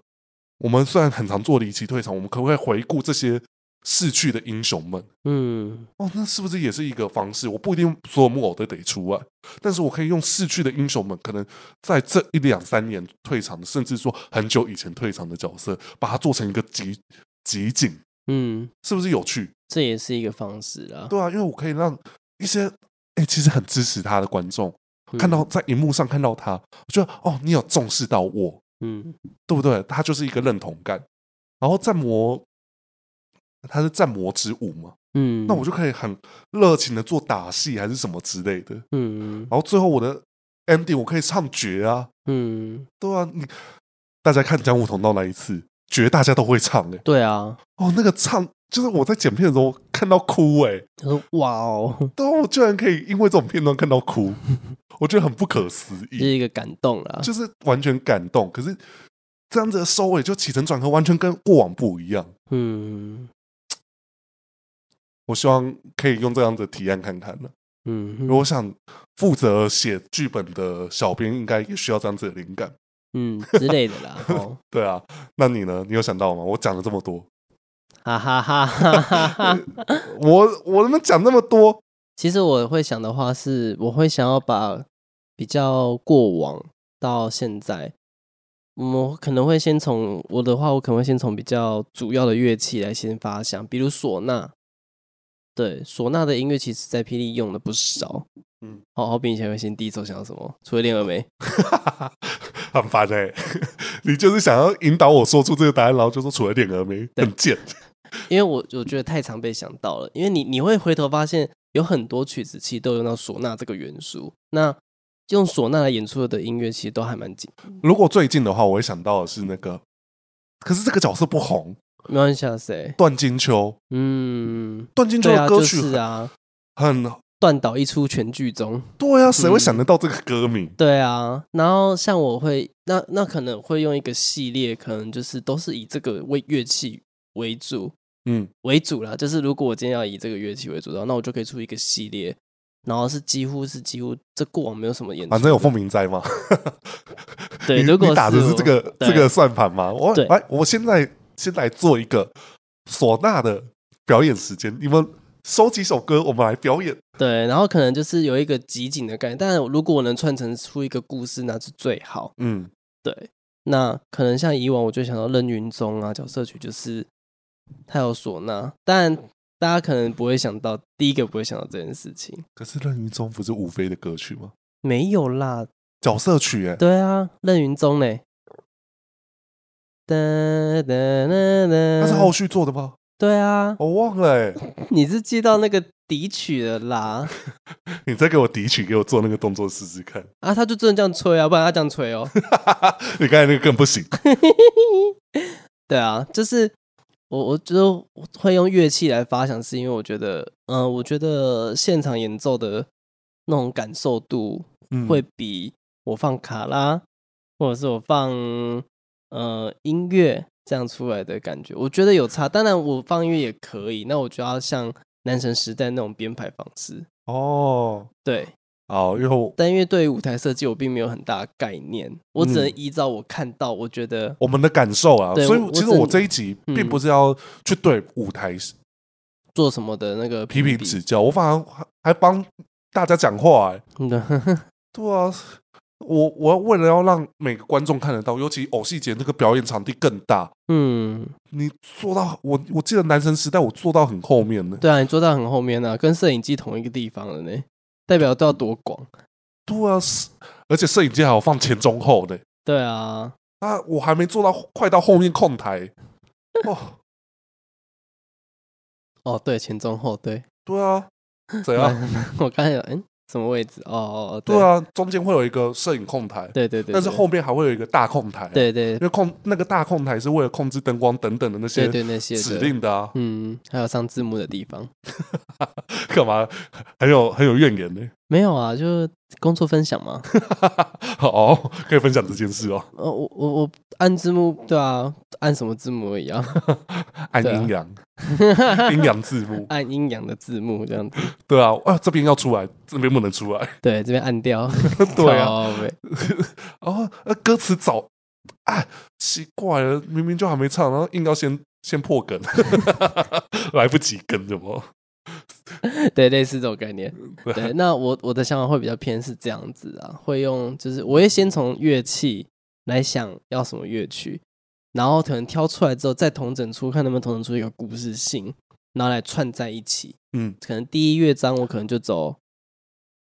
我们虽然很常做离奇退场，我们可不可以回顾这些逝去的英雄们？嗯哦，那是不是也是一个方式？我不一定所有木偶都得出来，但是我可以用逝去的英雄们，可能在这一两三年退场的，甚至说很久以前退场的角色，把它做成一个集集锦，嗯，是不是有趣？这也是一个方式啦，对啊，因为我可以让一些哎、其实很支持他的观众嗯看到在荧幕上看到他，我觉得哦，你有重视到我，嗯对不对？他就是一个认同感。然后战魔，他是战魔之舞嘛，嗯，那我就可以很热情的做打戏还是什么之类的。嗯然后最后我的 ending，我可以唱绝啊，嗯，对啊，你大家看江武同道那一次绝，大家都会唱哎、对啊，哦，那个唱就是我在剪片的时候看到哭哎、他说哇 <laughs> 哦，对啊，我居然可以因为这种片段看到哭，我觉得很不可思这议是。一个感动啦，就是完全感动。可是这样子的收尾就起承转合，完全跟过往不一样。嗯我希望可以用这样的提案看看呢。嗯因为我想负责写剧本的小编应该也需要这样子的灵感。嗯之类的啦，哦，对啊，那你呢？你有想到吗？我讲了这么多，哈哈哈哈哈哈。我我能讲那么多？ <laughs> <laughs> 其实我会想的话是，我会想要把比较过往到现在，我们可能会先从我的话，我可能会先从比较主要的乐器来先发想，比如唢呐。对，唢呐的音乐其实在霹雳用了不少。嗯嗯，好好比以前会先第一首想到什么？除了练峨眉，很烦哎、 <laughs> 你就是想要引导我说出这个答案，然后就说除了点峨眉，很贱。因为我我觉得太常被想到了，因为你你会回头发现有很多曲子其实都用到唢呐这个元素，那用唢呐来演出的音乐其实都还蛮紧。如果最近的话，我会想到的是那个，可是这个角色不红，没关系啊，谁？段金秋。嗯，段金秋对啊，的歌就曲是很啊，很断岛一出全剧终。对啊，谁会想得到这个歌名？对啊，然后像我会，那那可能会用一个系列，可能就是都是以这个为乐器为主嗯，为主啦。就是如果我今天要以这个乐器为主的话，那我就可以出一个系列，然后是几乎是几乎这过往没有什么演出。反啊正有凤鸣在嘛。对，你如果你打的是我这个对这个算盘吗？我对来，我现在先来做一个唢呐的表演时间，你们收几首歌，我们来表演。对，然后可能就是有一个集锦的概念，但如果我能串成出一个故事，那是最好。嗯，对，那可能像以往我就想到任云宗啊，角色曲就是他有唢呐，但大家可能不会想到，第一个不会想到这件事情，可是任云中不是吴飞的歌曲吗？没有啦，角色曲哎、对啊，任云宗嘞，哒哒哒哒，那是后续做的吗？对啊，我忘了哎、 <laughs> 你是记到那个底曲了啦，你再给我底曲，给我做那个动作试试看。啊，他就真的这样吹啊，不然他这样吹哦，你刚才那个更不行。对啊，就是我，我就会用乐器来发想，是因为我觉得，嗯、我觉得现场演奏的那种感受度嗯会比我放卡拉，或者是我放呃音乐这样出来的感觉，我觉得有差。当然，我放音乐也可以，那我就要像男神时代那种编排方式。哦，对，好，因为我但因为对于舞台设计，我并没有很大的概念，我只能嗯依照我看到，我觉得我们的感受啊，对所以我其实我真我这一集嗯并不是要去对舞台做什么的那个批评比指教，我反而还还帮大家讲话、欸。嗯对，对啊，我我为了要让每个观众看得到，尤其偶戏节那个表演场地更大，嗯，你做到我我记得男神时代我做到很后面呢。对啊，你坐到很后面啊，跟摄影机同一个地方了呢，代表都要多广。对啊，是而且摄影机还有放前中后的、对啊，啊，我还没做到快到后面控台。哦，哦对，前中后对。对 <laughs> 啊，怎样？我刚才有嗯什么位置？哦哦哦，对啊，中间会有一个摄影控台，对对对，但是对后面还会有一个大控台啊、对对因为控那个大控台是为了控制灯光等等的那对些对那些的指，令的啊，嗯，还有上字幕的地方干嘛很有很有怨言呢？没有啊？就工作分享嘛。哦，可以分享这件事哦，呃，我我我按字幕，对啊，按什么字幕而已啊， <laughs> 按对啊阴阳阴阳字幕，按阴阳的字幕这样子。对啊，啊这边要出来，这边不能出来， <laughs> 对，这边按掉。对啊，靠北，哦，呃歌词早，哎，奇怪了，明明就还没唱，然后硬要先先破梗， <laughs> 来不及梗怎么？对，类似这种 <laughs> 概念。对，那我我的想法会比较偏是这样子啊，会用就是我会先从乐器来想要什么乐曲，然后可能挑出来之后再统整出看能不能统整出一个故事性，然后来串在一起。嗯可能第一乐章我可能就走，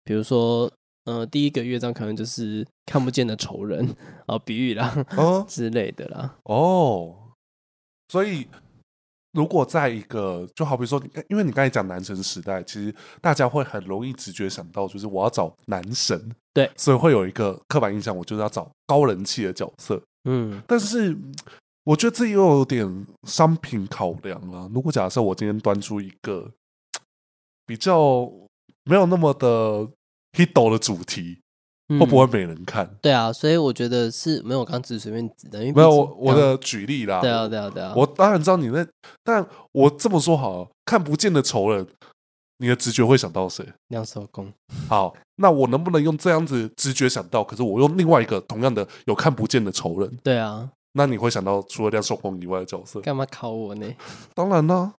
比如说呃第一个乐章可能就是看不见的仇人哦啊，比喻啦 <laughs> 哦之类的啦。哦，所以如果在一个，就好比说，因为你刚才讲男神时代，其实大家会很容易直觉想到，就是我要找男神，对所以会有一个刻板印象，我就是要找高人气的角色。嗯，但是嗯我觉得这又有点商品考量啊。如果假设我今天端出一个嘖比较没有那么的 hit 的主题，嗯会不会没人看？对啊，所以我觉得是没有，我刚只是随便指的，因为没有，毕竟我我的举例啦，对啊，对啊，对啊，我当然知道你那，但我这么说好了，看不见的仇人，你的直觉会想到谁？两手工，好，那我能不能用这样子直觉想到？可是我用另外一个同样的有看不见的仇人，对啊，那你会想到除了廖寿鹏以外的角色？干嘛考我呢？ <laughs> 当然啦、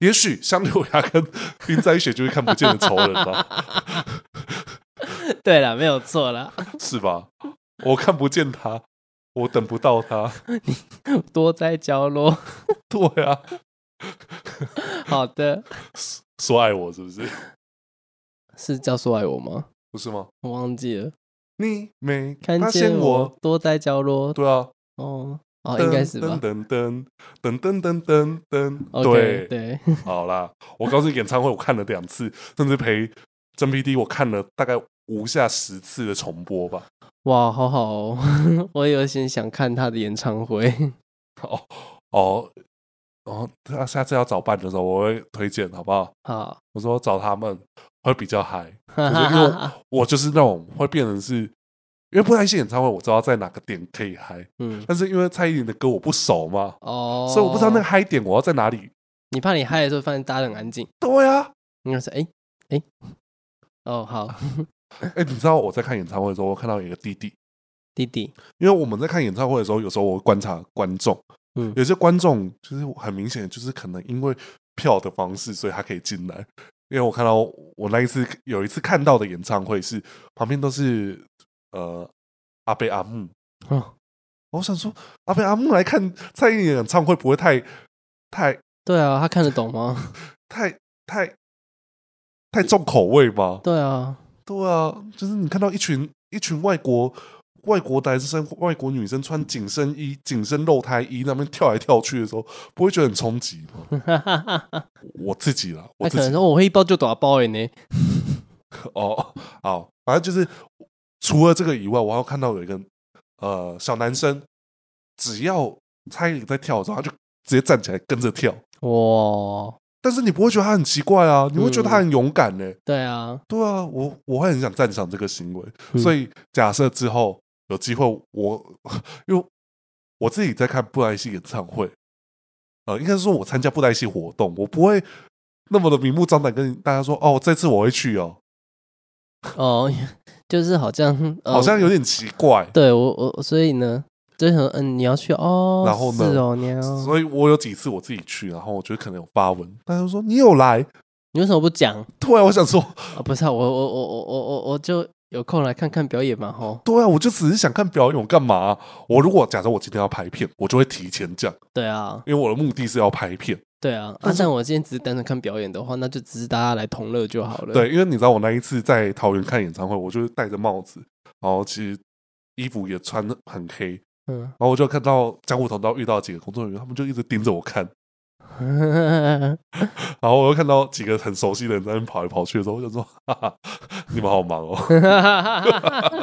也许香柳芽跟林在雪就是看不见的仇人吧，对了，没有错啦， <laughs> 是吧？我看不见他，我等不到他。 <laughs> 多在角落。对啊， <laughs> 好的，说爱我是不是？是叫说爱我吗？不是吗？我忘记了，你没看发见现我？多在角落。对啊，哦，哦，应该是吧。噔噔噔噔噔噔噔噔， OK，对， <laughs> 好啦，我告诉你，演唱会我看了两次，甚至陪真 P D 我看了大概无下十次的重播吧。哇，好好哦， <laughs> 我有点想看他的演唱会。 <laughs> 哦哦哦，他下次要找伴的时候，我会推荐，好不好？好，我说找他们会比较嗨，哈我哈说因为哈哈我我就是那种会变成是，因为不然一些演唱会我知道在哪个点可以嗨， <laughs> <laughs> 嗯，但是因为蔡依林的歌我不熟嘛，哦，所以我不知道那个嗨点我要在哪里。你怕你嗨的时候，发现大家都很安静，对啊，你该是哎哎，哦好，哎、你知道我在看演唱会的时候，我看到有一个弟弟，弟弟，因为我们在看演唱会的时候，有时候我会观察观众，嗯有些观众就是很明显，就是可能因为票的方式，所以他可以进来。因为我看到我那一次有一次看到的演唱会是旁边都是呃阿贝阿木，哦，我想说阿贝阿木来看蔡依林演唱会不会太太对啊，他看得懂吗？太太太重口味吗？对啊， <laughs> 对啊，就是你看到一群一群外国外国男生、外国女生穿紧身衣、紧身露胎衣那边跳来跳去的时候，不会觉得很冲击吗？ <laughs> 他我自己啦，我可自能己说哦我会一包就打包诶呢，哦，好，反正就是除了这个以外，我还有看到有一个呃小男生，只要蔡依林在跳的时候，他就直接站起来跟着跳。哇，但是你不会觉得他很奇怪啊，你会觉得他很勇敢欸呢、对啊，对啊，我我会很想赞赏这个行为。嗯所以假设之后有机会我，因为我自己在看布袋戏演唱会，呃，应该是说我参加布袋戏活动，我不会那么的明目张胆跟大家说哦，这次我会去哦， <laughs> 哦，就是好像呃好像有点奇怪。对我我所以呢，就是说嗯你要去哦，然后呢是哦你要，所以我有几次我自己去，然后我觉得可能有发文，大家就说你有来，你为什么不讲对啊，我想说，啊？不是啊，我我我我我我我就有空来看看表演嘛吼，对啊，我就只是想看表演，我干嘛啊、我如果假设我今天要拍片，我就会提前讲，对啊因为我的目的是要拍片。对啊，啊但是但我今天只是单纯看表演的话，那就只是大家来同乐就好了，对，因为你知道我那一次在桃园看演唱会，我就是戴着帽子，然后其实衣服也穿得很黑，然嗯。 <laughs> 后我就看到江湖同道遇到几个工作人员，他们就一直盯着我看，然后我又看到几个很熟悉的人在那边跑来跑去的时候，我就说：“哈哈，你们好忙哦。”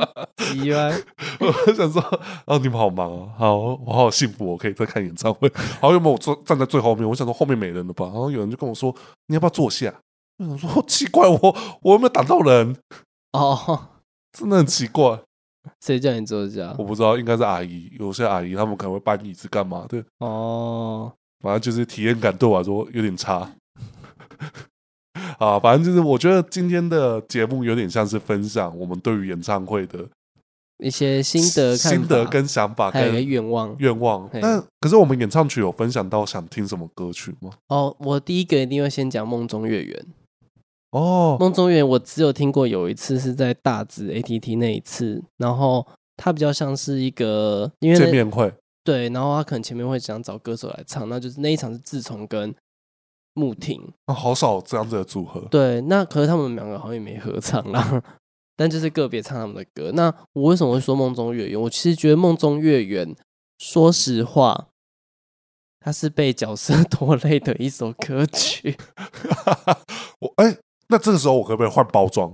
<laughs> 意外，我想说，哦，你们好忙哦，好，我好幸福，我可以再看演唱会。然后原本我坐站在最后面，我想说后面没人了吧，然后有人就跟我说，你要不要坐下？我想说奇怪，我我有没有打到人？哦，真的很奇怪，谁叫你坐下我？不知道，应该是阿姨，有些阿姨她们可能会搬椅子干嘛的，哦，反正就是体验感对我来说有点差。啊，反正就是我觉得今天的节目有点像是分享我们对于演唱会的一些心得看法、心得跟想法，还有一个跟愿望。愿望。嘿那可是我们演唱曲有分享到想听什么歌曲吗？哦，我第一个一定会先讲《梦中月圆》。《哦，梦中月圆》我只有听过有一次是在大直 ATT 那一次，然后它比较像是一个，因为见那面会对，然后他可能前面会想找歌手来唱，那就是那一场是志从跟穆婷，啊，好少这样子的组合。对，那可是他们两个好像也没合唱啦， <laughs> 但就是个别唱他们的歌。那我为什么会说《梦中月圆》？我其实觉得《梦中月圆》，说实话，它是被角色 <laughs> 拖累的一首歌曲。我哎、那这个时候我可不可以换包装？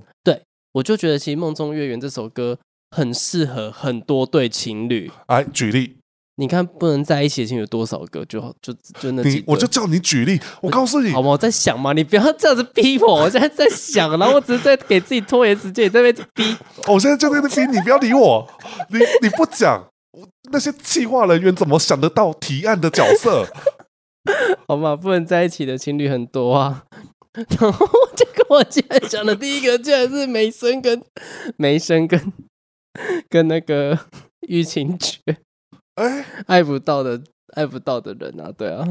我就觉得，其实《梦中月圆》这首歌很适合很多对情侣。哎，举例，你看，不能在一起的情侣有多少个？就就就那几你对我就叫你举例，我告诉你好，吗？我在想嘛，你不要这样子逼我。我现在在想，然后我只是在给自己拖延时间，你在那边 <laughs> 逼。哦我现在就在那边，你不要理我，你你不讲，我那些企划人员怎么想得到提案的角色？ <laughs> 好嘛，不能在一起的情侣很多啊。 <laughs> 然后结果我竟然想的第一个竟然是梅森跟梅森跟跟那个 <laughs> 玉琴觉哎，爱不到的爱不到的人啊，对啊，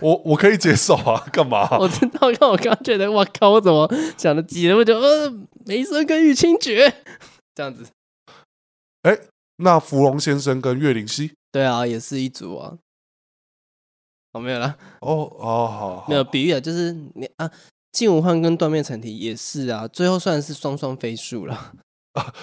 我我可以接受啊，干嘛？我知道，让我刚刚觉得哇靠，我怎么想的急了，我就呃梅森跟玉清觉这样子，那芙蓉先生跟岳灵溪，对啊，也是一组啊。哦，没有啦，哦哦，好，好没有比喻啊，就是你啊，静无患跟断面成体也是啊，最后算是双双飞速了。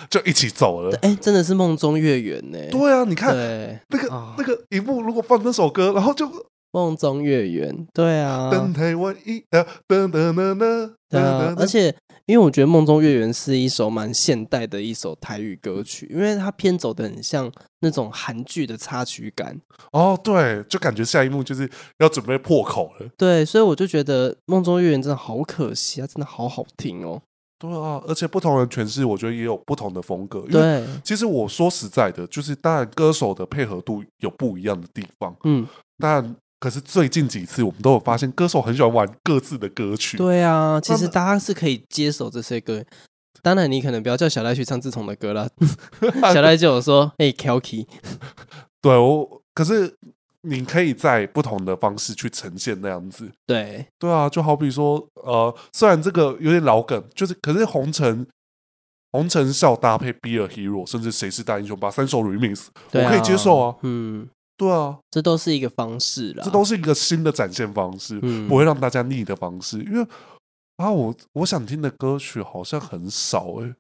就一起走了。 <laughs> 哎、真的是梦中月圆呢、对啊，你看对，那个啊那个一幕，如果放那首歌，然后就梦中月圆，对 <laughs> 啊，等台湾一呃噔噔噔噔对啊噔，而噔，且因为我觉得《梦中月圆》是一首蛮现代的一首台语歌曲，因为它偏走的很像那种韩剧的插曲感，哦，对，就感觉下一幕就是要准备破口了。对，所以我就觉得《梦中月圆》真的好可惜啊，真的好好听哦，对啊，而且不同人诠释，我觉得也有不同的风格。因为对，其实我说实在的，就是当然歌手的配合度有不一样的地方，嗯，但可是最近几次我们都有发现，歌手很喜欢玩各自的歌曲。对啊，其他实们大家是可以接手这些歌。当然，你可能不要叫小赖去唱志同的歌 <laughs> 啦。啊小赖就有说：“哎、k e l k y 对我，可是你可以在不同的方式去呈现那样子。对，对啊，就好比说，呃，虽然这个有点老梗，就是可是红尘。红尘笑搭配《Be a Hero》，甚至《谁是大英雄》把三首 remix，、对我可以接受啊。嗯，对啊，这都是一个方式啦。这都是一个新的展现方式，啊嗯不会让大家腻的方式。因为啊，我我想听的歌曲好像很少诶、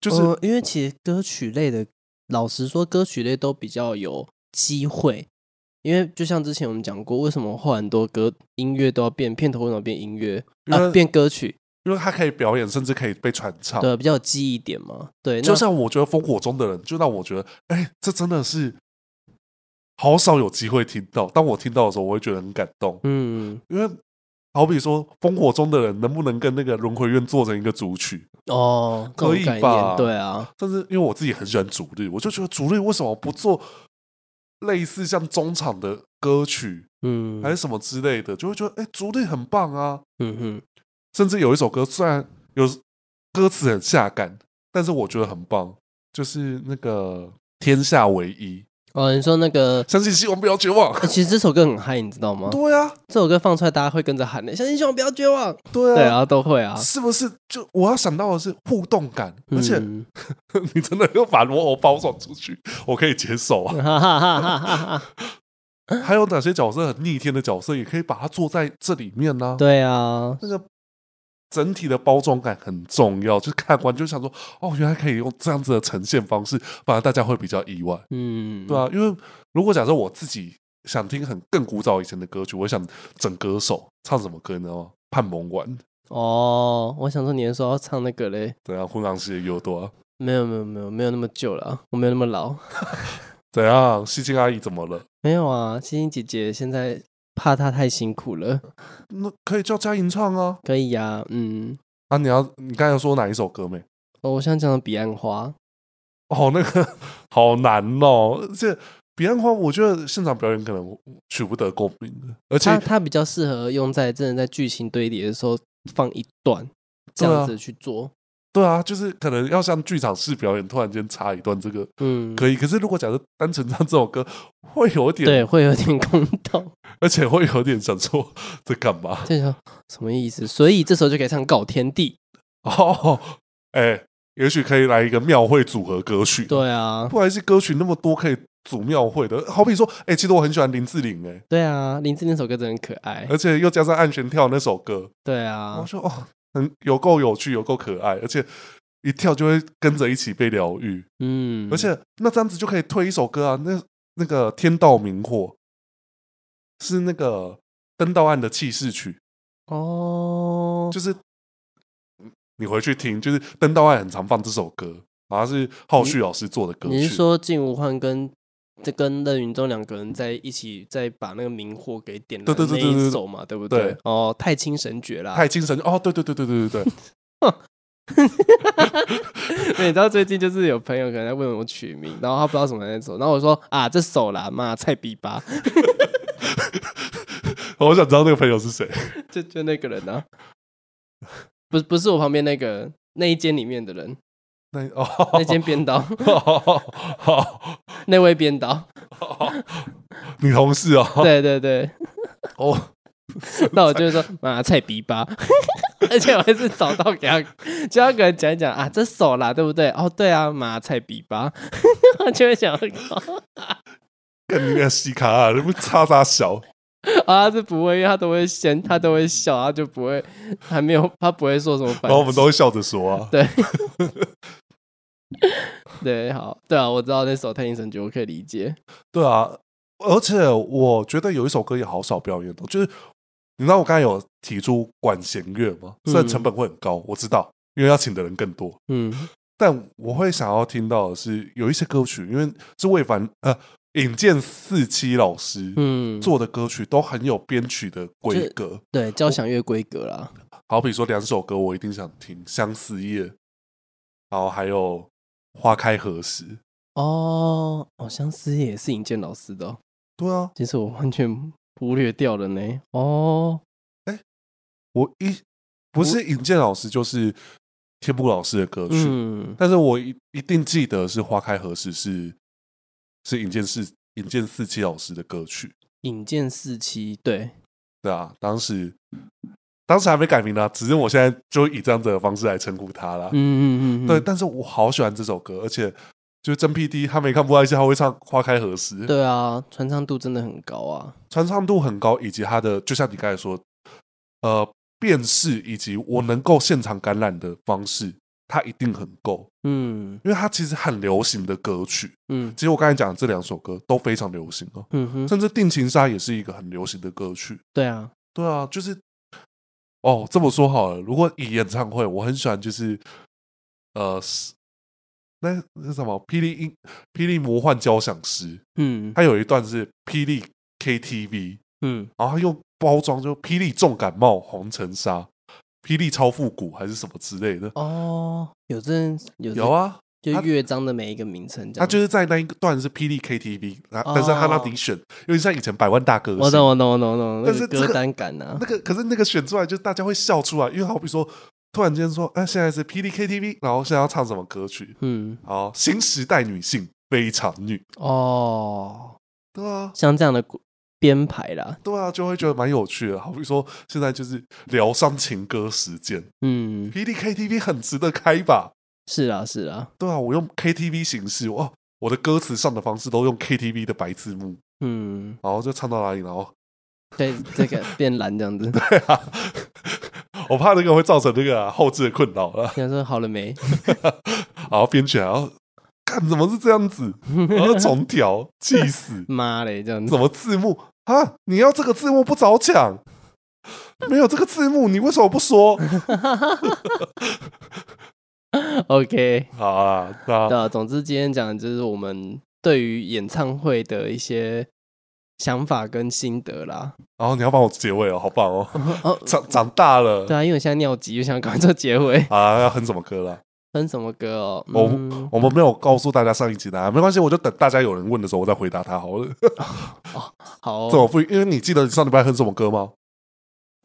就是、呃因为其实歌曲类的，老实说，歌曲类都比较有机会，因为就像之前我们讲过，为什么后来很多歌音乐都要变片头，为什么变音乐因为、啊变歌曲？因为它可以表演，甚至可以被传唱。对，比较有记忆点嘛。对，就那像我觉得《烽火中的人》，就让我觉得，哎、这真的是好少有机会听到。当我听到的时候，我会觉得很感动，嗯因为好比说《烽火中的人》能不能跟那个轮回院做成一个组曲，哦，这种可以概念吧对啊，但是因为我自己很喜欢主力，我就觉得主力为什么不做类似像中场的歌曲嗯还是什么之类的，就会觉得哎，主力很棒啊。嗯嗯，甚至有一首歌虽然有歌词很下感，但是我觉得很棒，就是那个天下唯一，哦，你说那个。相信希望不要绝望。欸其实这首歌很嗨，你知道吗？对啊，这首歌放出来，大家会跟着喊的，相信希望不要绝望。对啊，对啊，都会啊。是不是？就我要想到的是互动感，而且、 <laughs> 嗯你真的又把罗偶包装出去，我可以接受啊。哈哈哈哈哈哈。还有哪些角色很逆天的角色，也可以把它做在这里面呢、对啊，那个整体的包装感很重要，就是看完就想说，哦，原来可以用这样子的呈现方式，反而大家会比较意外，嗯，对啊，因为如果假设我自己想听很更古早以前的歌曲，我想整歌手唱什么歌，你知道吗？盼蒙丸，哦，我想说你是说要唱那个嘞？怎样？混浪系的有多、啊？没有没有没有没有那么旧了啊，我没有那么老，怎样？西京阿姨怎么了？没有啊。星星姐姐现在怕她太辛苦了，那可以叫嘉莹唱啊！可以啊，嗯。啊，你要你刚才有说哪一首歌没？哦，我想讲的《彼岸花》，哦，那个好难哦，而且彼岸花，我觉得现场表演可能取不得共鸣的，而且它它比较适合用在真的在剧情堆叠的时候放一段，这对样啊子去做。对啊，就是可能要像剧场式表演，突然间插一段这个嗯，可以。可是如果假设单纯唱这首歌，会有点，对，会有点空洞， <laughs> 而且会有点想说在干嘛？就想什么意思？所以这时候就可以唱《告天地哦，哎、也许可以来一个庙会组合歌曲，》。，对啊，不然是歌曲那么多可以组庙会的。好比说，哎、其实我很喜欢林志玲、哎，对啊，林志玲那首歌真的很可爱。而且又加上暗弦跳那首歌，对我啊，说呃哦，很有够有趣，有够可爱，而且。一跳就会跟着一起被疗愈，嗯，而且那这样子就可以推一首歌啊，那那个《天道明火》，是那个登道岸的气势曲，哦，就是你回去听，就是登道岸很常放这首歌，好像是浩旭老师做的歌曲。你是说静无患跟这跟任云中两个人在一起，在把那个明火给点对对燃那对对对一首嘛，对不对对？哦，太清神诀啦，太精神哦，对对对对对对对， <laughs> <laughs> 对，你知道最近就是有朋友可能在问我取名，然后他不知道什么那首，然后我说啊，这首啦，妈菜逼吧，我想知道那个朋友是谁。就就那个人啊，不不是我旁边那个那一间里面的人，那 <laughs> 哦，那间编导，好，那位编导，你同事哦，对对对，哦，那我就会说妈菜逼吧， <laughs> 而且我还是找到给他，就要跟人讲一讲啊，这首啦，对不对？哦，对啊，妈菜逼吧， <laughs> 我就会想要搞。跟你那个西卡啊，你不叉叉小，啊，他是不会，因为他都会先，他都会笑，他就不会，还没有，他不会说什么反然后我们击。都会笑着说啊，对，对，好，对啊，我知道那首《太阴神诀》，我可以理解。对啊，而且我觉得有一首歌也好少表演的，哦就是你知道我刚才有提出管弦乐吗？虽然嗯成本会很高，我知道，因为要请的人更多，嗯但我会想要听到的是有一些歌曲，因为是魏凡呃引荐四七老师嗯，做的歌曲都很有编曲的规这格，对交响乐规格啦，好比说两首歌我一定想听《相思夜》，然后还有《花开何时》。哦，哦，相思也是尹健老师的、哦，对啊，其实我完全忽略掉了呢。哦，我一不是尹健老师就是天布老师的歌曲，嗯，但是我一一定记得是《花开何时》是是尹健四尹健四七老师的歌曲，尹健四期，对，对啊，当时当时还没改名呢、只是我现在就以这样子的方式来称呼他啦。嗯嗯嗯，嗯对，但是我好喜欢这首歌，而且就是真 PD 他没看布袋戏，他会唱《花开何时》，对啊，传唱度真的很高啊。传唱度很高，以及它的就像你刚才说，呃，辨识以及我能够现场感染的方式，它一定很够，嗯因为它其实很流行的歌曲。嗯其实我刚才讲的这两首歌都非常流行哦，嗯哼，甚至《定情杀》也是一个很流行的歌曲。对啊，对啊，就是哦，这么说好了，如果以演唱会，我很喜欢就是呃，是那是什么？霹雳音，霹雳魔幻交响师，嗯它有一段是霹雳 KTV。嗯。然后他用包装就霹雳重感冒红尘沙，霹雳超复古还是什么之类的，哦，有这有这有，啊，就他乐章的每一个名称这他样。就是在那一段是霹雳 KTV，然后但是他让你选，因为像以前百万大歌哦我星懂，我懂，我懂，我懂。但那是个这歌个单感啊那，个，可是那个选出来就大家会笑出来，因为好比说突然间说，哎、现在是霹雳 KTV，然后现在要唱什么歌曲？嗯，好，新时代女性非常女，哦，对啊。像这样的鼓编排啦，对啊，就会觉得蛮有趣的。好比说，现在就是疗伤情歌时间，嗯，霹雳 KTV 很值得开吧？是啊，是啊，对啊，我用 KTV 形式，哇，我的歌词上的方式都用 KTV 的白字幕，嗯，然后就唱到哪里，然后 <laughs> 对，这个变蓝这样子。对啊，我怕那个会造成那个啊、后置的困扰了，你说好了没？然后编曲还要看怎么是这样子，然后重调，气死，妈嘞，这样子什。么字幕啊？你要这个字幕不早讲？没有这个字幕，你为什么不说？ OK，好啊，那对啊，总之今天讲的就是我们对于演唱会的一些想法跟心 <laughs> 得啦。然后你要帮我结尾哦，好棒哦，哦，长长大了对啊，因为我现在尿急，就想赶快做结尾。 <laughs> 啊，要哼什么歌了？分什么歌哦？我嗯、我们没有告诉大家上一集答案，没关系，我就等大家有人问的时候，我再回答他好了。好哦、这我不，因为你记得你上礼拜哼什么歌吗？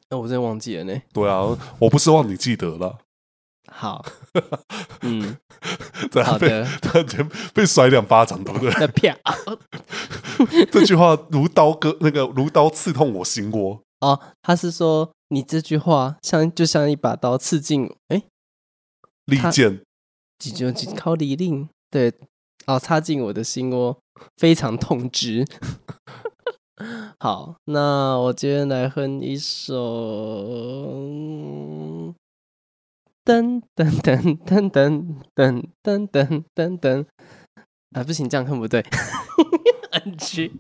那我真的忘记了呢。对啊，我不奢望你记得 <laughs> 了。 <laughs> 好，嗯，对啊，好被的，突 <laughs> 然间被甩两巴掌，对不 <laughs> 对？那啪这句话如刀割，那个如刀刺痛我心窝。哦，他是说你这句话像就像一把刀刺进，哎，利剑，几就几靠里令，对，哦，插进我的心窝，非常痛直。 <laughs> 好，那我今天来哼一首，嗯噔噔噔噔噔噔噔 <laughs> 噔噔噔，啊，不行，这样哼不对，很曲。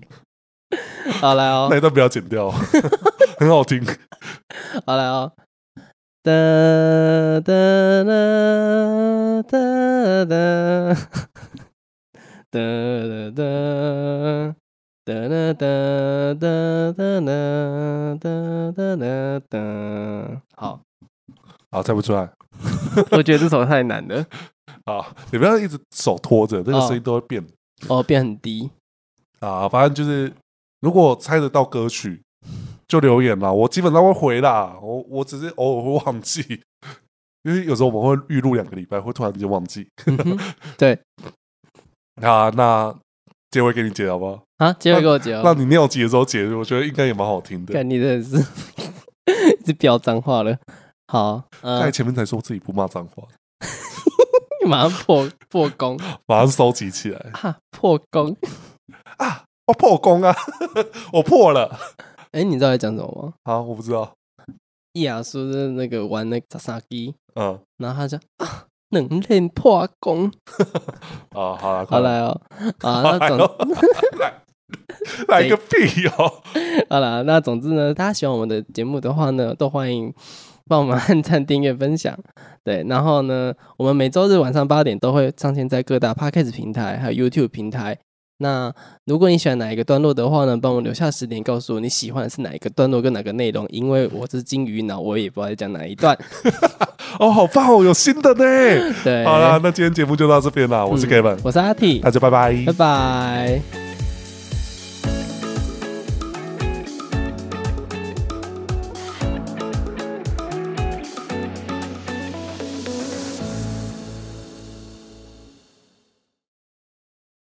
好来哦那，一段不要剪掉， <laughs> 很好听。好来哦。哒哒哒哒哒哒哒哒哒哒哒哒哒哒哒哒哒。好，好，啊猜不出来。 <laughs> 我觉得这首太难了，好，你不要一直手拖着，这个哦声音都会变。哦，变很低。啊，反正就是如果猜得到歌曲，就留言啦。我基本上会回啦，我我只是偶尔会忘记，因为有时候我们会预录两个礼拜，会突然间忘记。嗯哼对啊，那结尾给你解好不好？啊，结尾给我结那哦。你尿急的时候解，我觉得应该也蛮好听的。看你真的是 <laughs> 一直飙脏话了。好，刚才呃，前面才说自己不骂脏话，你马上破破功马上收集起来啊，破功。啊！我破功啊！ <laughs> 我破了。哎、你知道在讲什么吗？好，我不知道。伊雅苏是那个玩那个萨萨基，嗯然后他就啊，能练破功，啊，好了，快好来哦， <laughs> 啊，来那哦总来来个屁哦！好啦，那总之呢，大家喜欢我们的节目的话呢，都欢迎帮我们按赞、订阅、分享。对，然后呢，我们每周日晚上八点都会上线在各大 podcast 平台还有 YouTube 平台。那如果你喜欢哪一个段落的话呢，帮我留下十点，告诉我你喜欢的是哪一个段落跟哪个内容，因为我是金鱼脑，我也不知道在讲哪一段。哦，好棒哦，有新的呢。对，好啦，那今天节目就到这边啦，我是嗯 Kevin，、我是阿 T，大家拜拜拜拜。